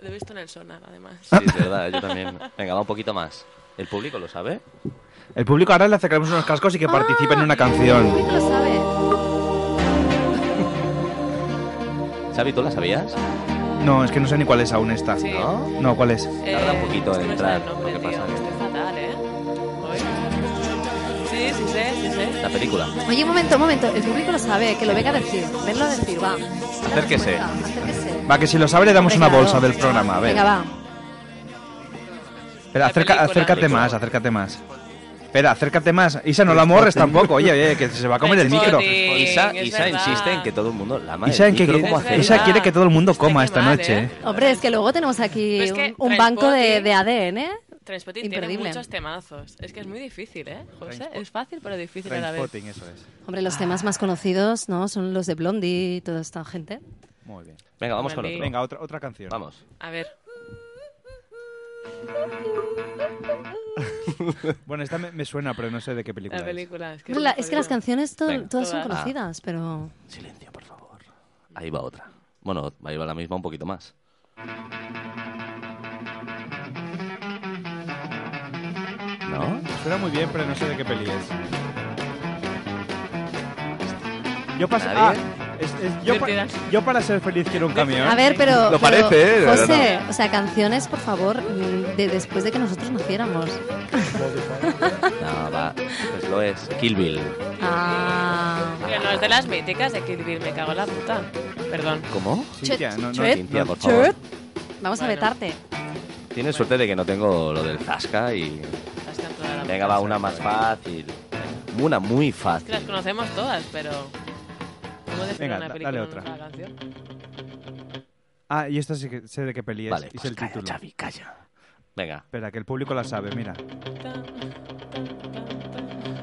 Lo he visto en el sonar, además.
Sí, es verdad, yo también. Venga, va un poquito más. ¿El público lo sabe?
El público ahora le acercaremos unos cascos y que participe en una canción.
lo sabe.
Xavi, ¿tú la sabías?
No, es que no sé ni cuál es aún esta.
¿No?
No, ¿cuál es?
Tarda
Eh,
un poquito en entrar. Lo que pasa
Fatal, ¿eh? Hoy. Sí, sí, sé, sí, sé.
La película.
Oye, un momento, un momento. El público lo sabe, que lo venga a decir. Venlo a decir, va.
Acérquese.
Acérquese.
Va, que si lo sabe le damos una
Venga,
bolsa
va.
del programa. A ver.
Venga, va.
Espera, acerca- acércate más, acércate más. Espera, acércate más. Isa, no la morres tampoco. Oye, oye, que se va a comer el micro.
Isa, Isa insiste en que todo el mundo la ama.
Isa,
el
en que-
micro, ¿cómo hacer?
Isa quiere que todo el mundo coma esta noche. ¿eh?
Hombre, es que luego tenemos aquí
Pero es que
un, un banco de,
Trainspotting-
de ADN. ¿eh?
Transpotting tiene
Imperdible.
muchos temazos. Es que es muy difícil, ¿eh, José? Es fácil, pero difícil a la vez.
Trainspotting, eso es.
Hombre,
Ah.
los temas más conocidos, ¿no? Son los de Blondie y toda esta gente.
Muy bien.
Venga, vamos con
Vale.
otro.
Venga, otra, otra canción.
Vamos.
A ver.
Bueno, esta me, me suena, pero no sé de qué película
La película. Es que,
La- es que las canciones to-
Venga.
Ah.
todas son
Todas.
conocidas, pero...
Silencio, por favor. Ahí va otra. Bueno, ahí va la misma un poquito más. ¿No?
es. Suena muy bien, pero no sé de qué peli es. Yo paso... Ah,
¿Nadie?
es- es- yo, pa- yo para ser feliz quiero un camión.
A ver, pero...
Lo
pero,
parece, ¿eh? De
José,
verdad.
o sea, canciones, por favor, mm, de después de que nosotros naciéramos.
No, va. Pues lo es. Kill Bill.
Ah.
Pero no es de las míticas de Kid Bill, me cago en la puta. Perdón.
¿Cómo?
Cintia, no, no,
Cintia,
Cintia,
por favor.
Vamos a vetarte.
Tienes suerte de que no tengo lo del Zasca y... Venga, va, una más fácil. Una muy
Es que
fácil.
las conocemos todas, pero. ¿Cómo decir
Venga,
una
da-
película
dale
en
otra.
una canción?
Ah, y esta sí que sé de qué peli es.
Vale,
es
pues
el
calla,
título.
Xavi, calla. Venga.
Espera, que el público la sabe, mira.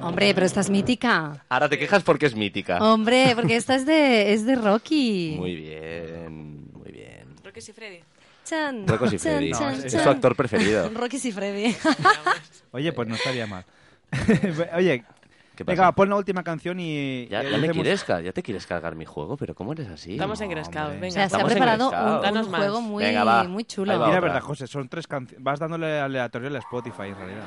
Hombre, pero esta es mítica.
Ahora te quejas porque es mítica.
Oh, Hombre, porque esta es de, es de Rocky.
Muy bien, muy bien.
Rocky y Freddy.
Chan,
Rocco y
chan,
Freddy.
chan,
No, es- es
chan.
su actor preferido.
Rocky y Freddy.
Oye, pues no estaría mal. Oye,
¿Qué pasa?
venga, pues, eh, va, pon la última canción y...
Ya,
y
ya me
hacemos-
quieres, ca- ya te quieres cargar mi juego, pero ¿cómo eres así?
Estamos engrescados, venga. O sea, se ha
Estamos
preparado un-
engrescados.
un Danos más. juego
muy-
Venga, va.
muy chulo.
Ahí va
Mira,
otra.
verdad, José, son tres canciones. Vas dándole aleatorio a la Spotify, en realidad.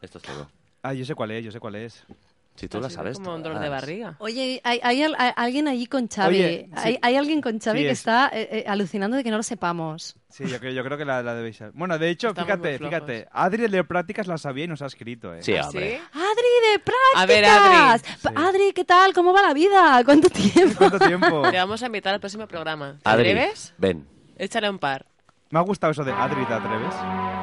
Esto es todo.
Ah, yo sé cuál es, yo sé cuál es.
Si tú la sabes.
Como un dolor de barriga.
Oye, hay, hay al- hay alguien allí con Xavi.
Oye, sí.
hay, hay alguien con Xavi
Sí,
que
es.
está eh, eh, alucinando de que no lo sepamos.
Sí, yo creo, yo creo que la, la debéis saber. Bueno, de hecho,
Estamos
fíjate,
muy
fíjate. Adri de Prácticas la sabía y nos ha escrito, ¿eh?
Sí, ¿Ah, hombre. sí?
Adri de prácticas.
A ver, Adri.
Pa- Adri, ¿qué tal? ¿Cómo va la vida? ¿Cuánto tiempo?
¿Cuánto tiempo?
Te vamos a invitar al próximo programa. ¿Te
Adri,
atreves?
ven.
Échale un par.
Me ha gustado eso de Adri, ¿te atreves?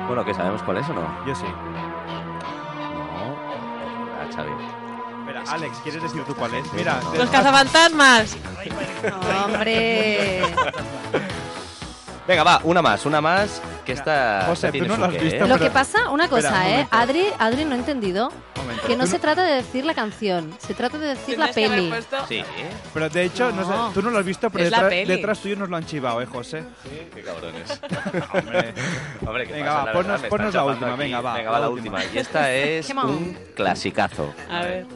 Bueno, que sabemos cuál es o no.
Yo sí.
No. Ah, Xavi.
Mira, Alex, ¿quieres decir tú cuál es? Mira,
no,
te-
¡Los cazafantasmas!
¡Hombre!
Venga, va, una más, una más. Que esta.
José,
esta tiene
tú no
su
lo has
qué,
visto,
¿eh?
Lo que pasa, una
Espera,
cosa,
un
¿eh?
momento.
Adri, Adri no ha entendido
momento.
que no
Tú
se trata de decir la canción, se trata de decir la
Tendrías que haber
peli.
puesto-
Sí. ¿eh?
Pero de hecho, no.
No.
sé, tú no lo has visto, pero
Es la
detrás,
peli.
detrás tuyo nos lo han chivado, ¿eh, José?
Qué cabrones.
Hombre.
Hombre, ¿qué
Venga,
pasa?
va,
La
ponnos-
verdad, me están
ponnos la
chapando
última,
aquí.
venga, va,
Venga, va
la
la
última.
última. Y esta es
Come on.
un clasicazo.
A ver.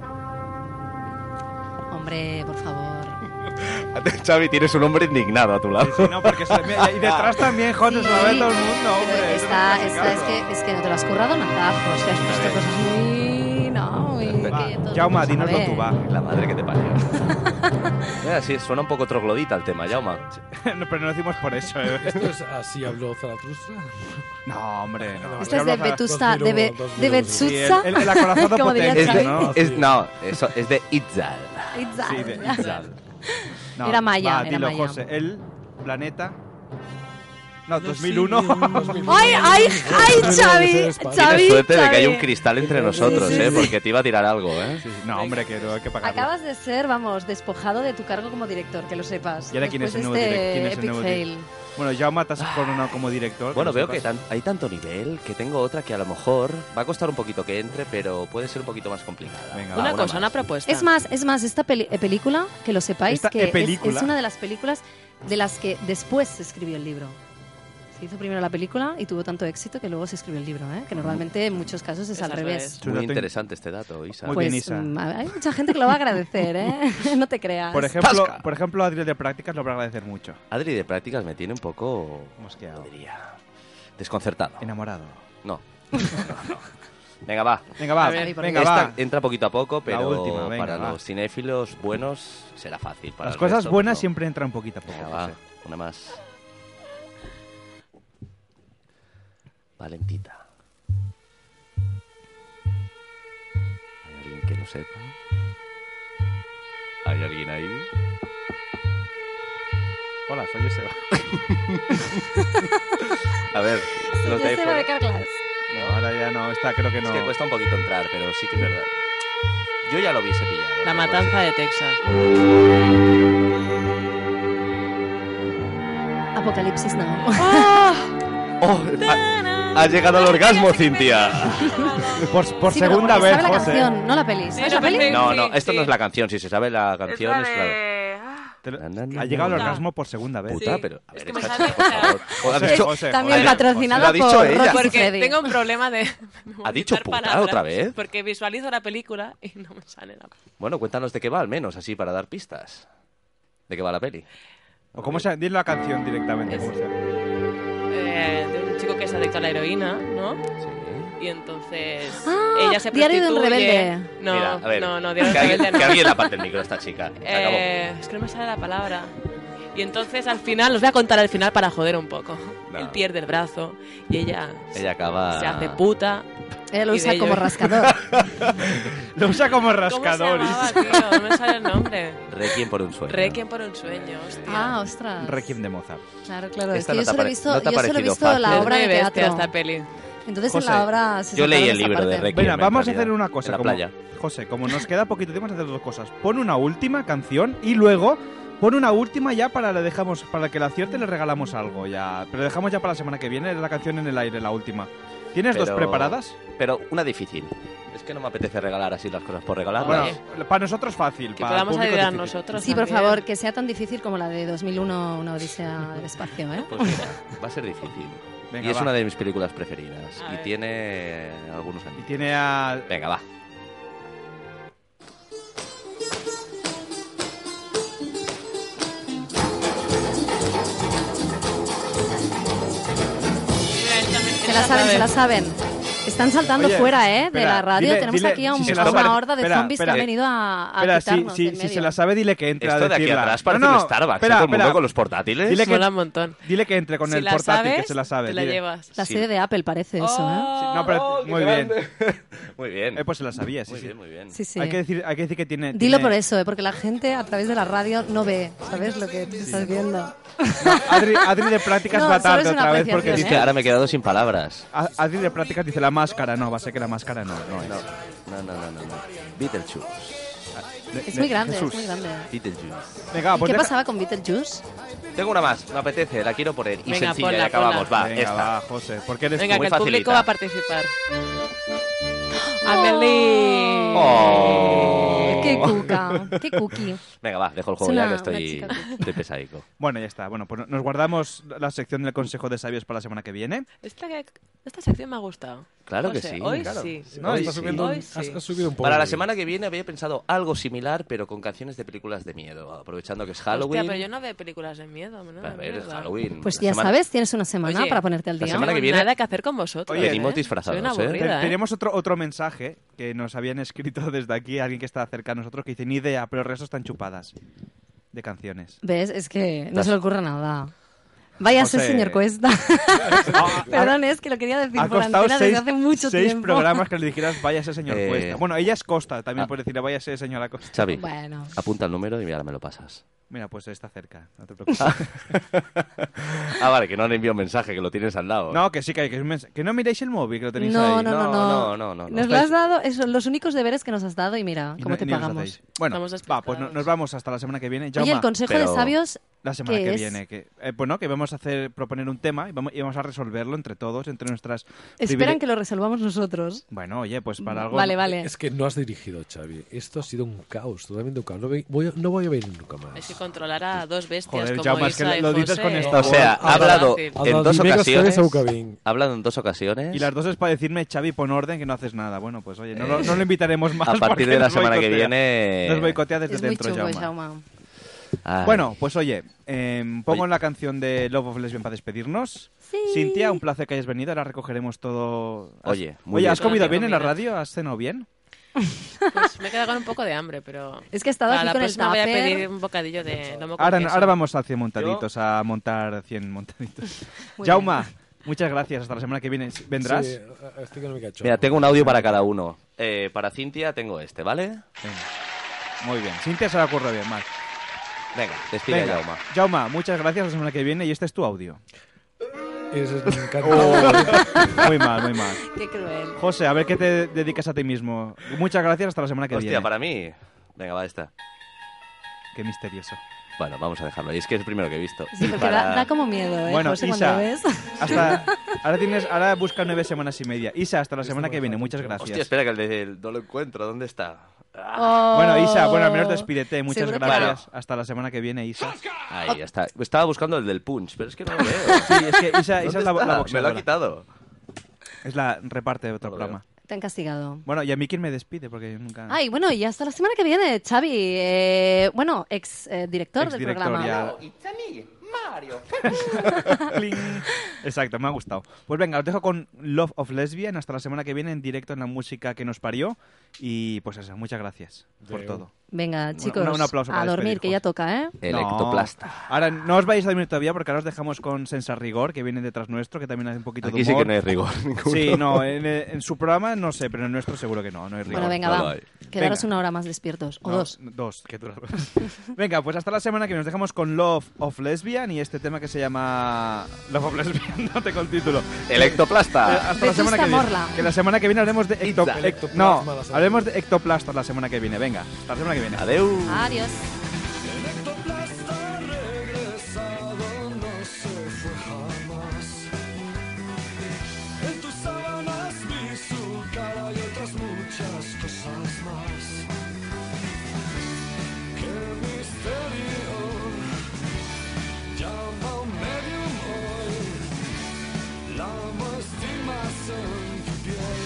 Ah,
Hombre, por favor.
Xavi, tienes un hombre indignado a tu lado.
No, porque se- mira, y detrás también, José, se lo ve todo el mundo, hombre. Eso no
Esta,
es
esta es,
clásicazo.
que, es que no te lo has currado nada, José. Has puesto cosas muy... No, muy... que todo el
Jauma,
mundo
dinoslo
sabe.
tú, va.
La madre que te parió. Mira, sí, suena un poco troglodita el tema, Yauma.
No, pero no lo decimos por eso, ¿eh?
¿Esto es así habló Zaratustra?
No, hombre. No.
Esto es de Vetusta, de, Be- de
Sí, el,
Betsutsa.
el, el acorazado
como diría
potente,
Xavi.
¿no?
Es, no, eso es de Itzal.
Itzal.
Sí, de Itzal.
Era maya,
va,
era
dilo,
maya.
José. El planeta
Ah,
No, 2001.
¡Ay, ay, ay, Xavi!
Tienes
Xavi,
suerte de que
Xavi.
haya un cristal entre nosotros,
Sí, sí,
¿eh?
sí.
Porque te iba a tirar algo, ¿eh?
No, hombre, que no hay que pagarlo.
Acabas de ser, vamos, despojado de tu cargo como director, que lo sepas.
¿Y ahora quién es el
Después
nuevo
de este
direc- quién es el
Epic
nuevo
Fail.
direc- Bueno, Jaume estás coronado como director.
Bueno,
no
veo que
sepas.
tan- hay tanto nivel que tengo otra que a lo mejor va a costar un poquito que entre, pero puede ser un poquito más complicada. Va,
Una cosa,
más.
una propuesta.
Es más, es más, esta peli- eh, película, que lo sepáis,
Esta
eh,
que es-
e-película.
es, una de las películas de las que después se escribió el libro. Se hizo primero la película y tuvo tanto éxito que luego se escribió el libro, ¿eh? que normalmente en muchos casos es, al revés.
Muy interesante este dato, Isa.
Muy
Pues,
bien, Isa.
mm, hay mucha gente que lo va a agradecer, ¿eh? no te creas.
Por ejemplo, por ejemplo, Adri de prácticas lo va a agradecer mucho.
Adri de prácticas me tiene un poco...
Mosqueado.
diría? Desconcertado.
Enamorado.
No. No, no. Venga, va.
Venga, va. A ver, venga,
Esta
va.
entra poquito a poco, pero
La última, venga,
para
va.
los cinéfilos buenos será fácil. Para
Las
el
cosas
resto,
buenas
no.
siempre entran poquito a poco.
Venga, va.
José.
Una más. Valentita. ¿Hay alguien que lo sepa? ¿Hay alguien ahí?
Hola, soy Joseba.
A ver,
Soy
los de ahí
Joseba
fuera-
de Carglass. No, ahora ya no, esta creo que no.
Es que cuesta un poquito entrar, pero sí que es verdad. Yo ya lo hubiese pillado.
La matanza de Texas.
Apocalipsis Now.
¡Oh! Ha, ha llegado al orgasmo, Cintia.
por, por
Sí, pero porque sabe la canción, no la peli. ¿Sabes la peli?
No, no, esto no es la canción. Si se sabe la canción,
la
es la.
Te lo-
Na, na, na,
Ha llegado al
na.
orgasmo por segunda vez.
Puta, pero. A ver,
que me
esta
sale-
chica, por favor. O ha
José,
dicho-
José,
También
Joder,
patrocinada
lo ha dicho
por
ella.
Rocky
Porque
Freddy.
tengo un problema de. me voy a
Ha dicho
inventar
puta
palabras,
otra vez.
Porque visualizo la película y no me sale la.
Bueno, cuéntanos de qué va, al menos, así para dar pistas. ¿De qué va la peli?
O cómo se dile la canción directamente. ¿cómo se llama?
Eh, de un chico que es adicto a la heroína, ¿no? Sí. Y entonces.
Ah,
ella se
Diario de un
prostituye.
rebelde.
No,
Mira, a ver,
no, no,
que,
Diario de un
alguien,
rebelde.
que
no.
alguien la parte el micro a esta chica. Se acabó.
Eh, es que no me sale la palabra. Y entonces al final, os voy a contar al final para joder un poco.
No.
Él pierde el brazo y ella
Ella acaba.
se hace puta.
Ella lo
y de
usa
ello-
como rascador.
Lo usa como rascador.
¿Cómo se llamaba, tío? No me sale el nombre.
Requiem por un sueño.
Requiem por un sueño, hostia.
Ah, ostras.
Requiem de Mozart.
Claro, claro.
Esta
es que yo
no te ha
solo he
pare-
visto,
no te
yo solo
ha
he
parecido
visto la
fácil.
obra
Es
de
muy bestia
teatro.
esta peli.
Entonces
José,
en la obra se
yo leí
sacaron
el
esa
libro de
parte.
Requiem.
Venga,
en
vamos a
realidad,
hacer una cosa.
En la
como-
playa.
José, como nos queda poquito tiempo, vamos a hacer dos cosas. Pon una última canción y luego pon una última ya para la dejamos para que la acierte le regalamos algo ya. Pero dejamos ya para la semana que viene la canción en el aire, la última. ¿Tienes dos
Pero-
preparadas?
Pero una difícil. Es que no me apetece regalar así las cosas por regalarlas.
Bueno, para nosotros fácil.
Que
para el
podamos
público
ayudar
difícil.
nosotros.
Sí, por
también.
favor, que sea tan difícil como la de 2001, una odisea del espacio, ¿eh?
Pues mira, va a ser difícil.
Venga,
y es
va.
una de mis películas preferidas.
A
y
ver.
tiene algunos años.
Y tiene a.
Venga, va.
Se la saben, se la saben. Están saltando
Oye,
fuera, ¿eh? De
espera,
la radio.
dile-
Tenemos
dile-
aquí a un-
si se la
a
sabe-
una horda de
espera,
zombies
espera.
que han venido a, a
Espera, si,
quitarnos
si-
del
si
medio.
se la sabe, dile que entre
Esto
a
de aquí
decirla.
atrás parece
no, no,
un Starbucks. ¿eh?
Espera,
todo el mundo
espera.
con los portátiles.
Dile que,
Mola un montón.
dile que entre con
Si
el
la
portátil,
sabes,
que se la sabe.
te la
dile.
llevas.
La
Sí.
sede de Apple parece eso, ¿eh?
Sí, no, pero
Oh, qué
muy bien.
grande. Muy bien.
Eh, pues se la sabía, sí,
Muy
sí.
bien, muy bien.
Sí, sí.
Hay que decir, hay que, decir que tiene.
Dilo
tiene-
por eso, ¿eh? porque la gente a través de la radio no ve, ¿sabes lo que tú estás
Ah,
viendo?
Adri, Adri de prácticas
No,
va
solo es
tarde
una
otra vez porque
apreciación,
Es
dice.
que ahora me he quedado sin palabras.
A- Adri de prácticas dice la máscara, no, va a ser que la máscara no, no es.
No, no, no, no, no. no. Beetlejuice.
De-
Es
de-
muy grande,
Jesús.
es muy grande.
Beetlejuice.
Venga,
¿Y
pues
qué
deja-
pasaba con Beetlejuice?
Tengo una más, me apetece, la quiero poner. Y
Venga,
sencilla,
ponla,
y acabamos.
ponla.
Va,
Venga,
esta.
va, José, porque eres
Venga,
tú.
que
muy
el público
facilita.
va a participar. Amelie.
Oh.
Qué cuca, qué cookie.
Venga, va, dejo el
Es
juego
una-
ya que
una
estoy,
chica cookie.
estoy pesaico.
Bueno, ya está. Bueno, pues nos guardamos la sección del Consejo de Sabios para la semana que viene.
Esta, que- esta sección me ha gustado.
Claro
No
que
sé,
sí.
Hoy
claro.
sí.
No,
Hoy
y
está
sí.
subiendo,
Hoy
has-
sí.
has subido un poco.
Para la
el nivel.
semana que viene había pensado algo similar, pero con canciones de películas de miedo. Aprovechando que es Halloween.
Hostia, pero yo no veo películas de miedo. menuda
A ver, es
Ah, mierda.
Halloween.
Pues
La
ya
semana-
sabes, tienes una semana
Oye,
para ponerte al
la
día.
semana que
No
viene-
nada que hacer con vosotros.
Oye,
venimos
¿eh?
disfrazados,
Soy una
¿eh?
aburrida,
Te-
¿eh?
Tenemos otro, otro mensaje que nos habían escrito desde aquí, alguien que está cerca de nosotros, que dice, ni idea, pero el resto están chupadas de canciones.
¿Ves? Es que no
Das-
se le ocurre nada. Váyase,
José. Ah,
señor Cuesta. Perdón, es que lo quería decir
Ha
por
costado
antena
seis,
desde hace mucho
seis
tiempo.
programas que le dijeras, váyase señor
Eh,
Cuesta. Bueno, ella es Costa, también
ah.
por decir, váyase señora Costa.
Xavi,
Bueno.
apunta el número y ahora me lo pasas.
Mira, pues está cerca, no te preocupes.
Ah, vale, que no han enviado un mensaje, que lo tienes al lado.
No, que sí que hay que es un mensaje. Que no miréis el móvil, que lo tenéis
No,
ahí.
no, no, no.
no, no, no,
Nos lo has dado, es los únicos deberes que nos has dado y mira
Y
cómo
no-
te
ni os
pagamos.
hacéis. Bueno, va, pues no- nos vamos hasta la semana que viene.
Oye,
Jaume,
el consejo de sabios,
La semana
¿qué
que
es?
viene. Que, eh, pues no, que vamos a hacer, proponer un tema y vamos, y vamos a resolverlo entre todos, entre nuestras...
Esperan
privile-
que lo resolvamos nosotros.
Bueno, oye, pues para algo...
Mm, Vale, vale.
Es que no has dirigido, Xavi. Esto ha sido un caos, totalmente un caos. No, ve- voy, a- no voy a venir nunca más.
Hay que controlar a dos bestias
Joder,
como
Jaume, es
Isa
que
y
lo dices
José.
con esta
O sea,
voz.
ha hablado
Ah,
en dos ocasiones. Ha hablado en dos ocasiones.
Y las dos es para decirme, Xavi, pon orden que no haces nada. Bueno, pues oye, no, lo- no lo invitaremos más.
Eh, a partir
porque
de la
nos
semana que
boicotea.
viene- eh, ah,
Nos boicotea desde
es muy
dentro,
chungo,
Jaume.
Jaume.
Ay.
Bueno, pues oye, em, pongo la canción de Love of Lesbian para despedirnos. Cintia, un placer que hayas venido. Ahora recogeremos todo. Has-
Oye, muy
oye
bien.
¿has comido
Todo
bien en la
combinado.
radio? ¿Has cenado bien?
Pues me he quedado con un poco de hambre, pero.
Es que he estado
Para
aquí
la
con el
próxima voy a
tupper.
pedir un bocadillo de lomo con
Ahora,
queso.
ahora vamos hacia montaditos, a montar 100 montaditos.
Muy
Jauma, muchas gracias. Hasta la semana que viene. ¿Vendrás?
Sí, eh, estoy que no me cacho.
Mira, tengo un audio para cada uno. Eh, para Cintia tengo este, ¿vale?
Muy bien. Cintia se la ocurre bien, mal.
Venga, despide
Venga.
a Jaume.
Jauma, muchas gracias. Hasta la semana que viene. Y este es tu audio.
Es
Oh, muy mal, muy mal.
Qué cruel.
José, a ver qué te dedicas a ti mismo. Muchas gracias. Hasta la semana que
Hostia,
viene.
para mí. Venga, va esta.
Qué misterioso.
Bueno, vamos a dejarlo. ahí. es que es el primero que he visto.
Sí, porque
Para-
da, da como miedo, ¿eh?
Bueno,
José,
Isa,
cuando ves.
hasta, ahora, tienes, ahora busca nueve semanas y media. Isa, hasta la semana que viene. Muchas gracias.
Hostia, este- espera, que el de el- no lo encuentro. ¿Dónde está?
Bueno, Isa, bueno, al menos despídete. Muchas
Seguro que
gracias. Hasta la semana que viene, Isa.
Ahí
Oh.
ya está. Estaba buscando el del punch, pero es que no lo veo.
Sí, es que Isa,
¿Dónde
Isa es la,
está?
la
Me lo ha
boxeadora.
quitado.
Es la reparte de otro programa.
Te han castigado.
Bueno, y a mí quién me despide porque yo nunca.
Ay, bueno, y hasta la semana que viene, Xavi. eh, bueno, ex eh, director del
Exdirector,
programa.
ya.
Mario.
Cling. Exacto, me ha gustado. Pues venga, os dejo con Love of Lesbian hasta la semana que viene en directo en la música que nos parió. Y pues eso, muchas gracias por todo.
Venga,
Bueno,
chicos,
una- un aplauso
a
para
dormir,
despedir,
que ya toca, ¿eh?
El
No.
ectoplasta.
Ahora no os vais a dormir todavía porque ahora os dejamos con Sensa Rigor, que viene detrás nuestro, que también hace un poquito
Aquí
de
sí
humor.
que no hay rigor ninguno.
Sí, no, en, en su programa no sé, pero en el nuestro seguro que no, no hay rigor.
Bueno, venga, va. Quedaros una hora más despiertos. O
No,
dos.
Dos, que dura. Venga, pues hasta la semana que nos dejamos con Love of Lesbian y este tema que se llama Love of Lesbian, no tengo el título.
El ectoplasta.
Eh, hasta la
Vetusta
semana que viene.
Morla.
Que la semana que viene haremos de ecto-
Pizza.
ecto-
Ectoplasma
No,
la semana
haremos de ectoplastas la semana que viene. Venga, hasta la semana que viene.
Adeu.
Adiós.
El ectoplasta ha regresado, no se fue jamás. En tus sábanas vi su cara y otras muchas cosas más. ¡Qué misterio! Llama un medium hoy. La lastimas en tu piel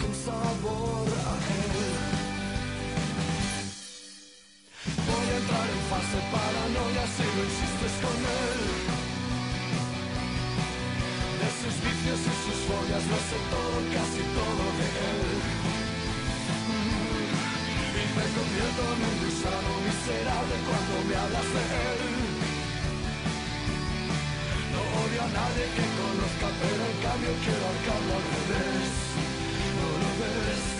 con sabor a gel. Voy a entrar en fase paranoia si no insistes con él. De sus vicios y sus follas no sé todo, casi todo de él. Y me convierto en un gusano miserable cuando me hablas de él. No odio a nadie que conozca, pero en cambio quiero arcarlo al revés. No lo ves.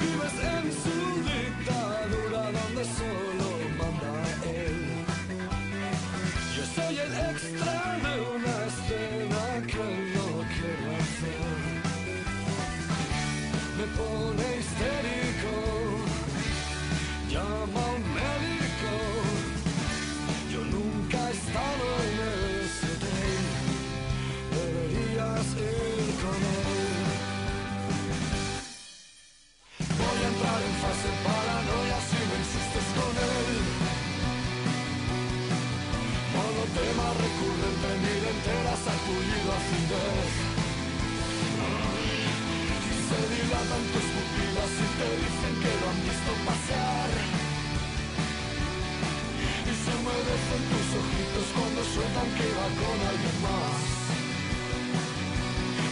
Vives en su dictadura donde solo manda él. Yo soy el extra de una escena que él no quiero hacer. Me pone histérico, llama a un médico. Yo nunca he estado en ese hotel, deberías ir con él. Voy a entrar en fase paranoia si no insistes con él. Modo tema recurrente, mil enteras al tullido acidez. Y se dilatan tus pupilas y te dicen que lo han visto pasar. Y se humedecen tus ojitos cuando sueltan que va con alguien más.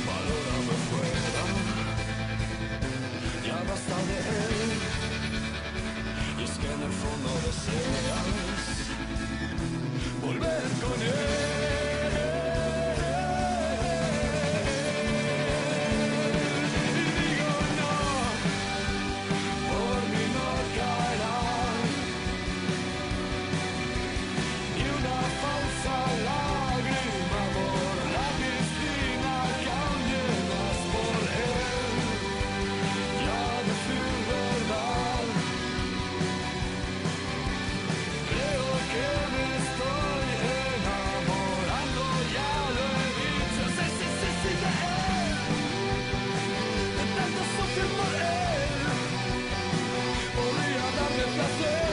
Valórame fuera ya basta de él. Y es que en el fondo deseas volver con él. Y digo no, por mí no caerá ni una falsa lágrima por la piscina que aún llevas por él. Y a decir verdad, Creo que me estoy enamorando, ya lo he dicho, sí, sí, sí, sí, de él. De tanto sufrir por él, podría darme placer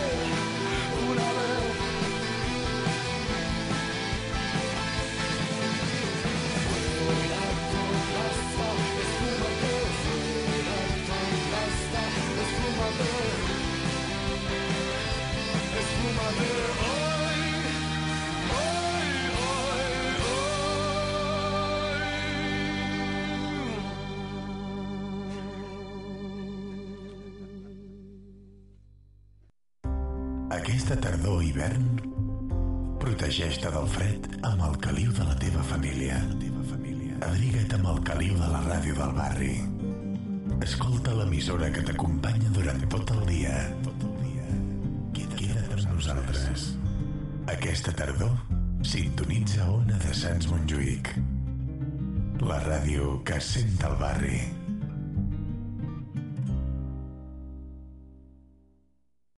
una vez. Fuera con pasta, esfúmate, fuera con pasta, esfúmate. Esfúmate hoy, hoy,
Aquesta tardor hivern protegeix-te del fred amb el caliu de la teva família. Abriga't amb el caliu de la ràdio del barri. Escolta l'emissora que t'acompanya durant tot el dia. Queda't amb nosaltres. Aquesta tardor sintonitza Ona de Sants Montjuïc. La ràdio que sent el barri.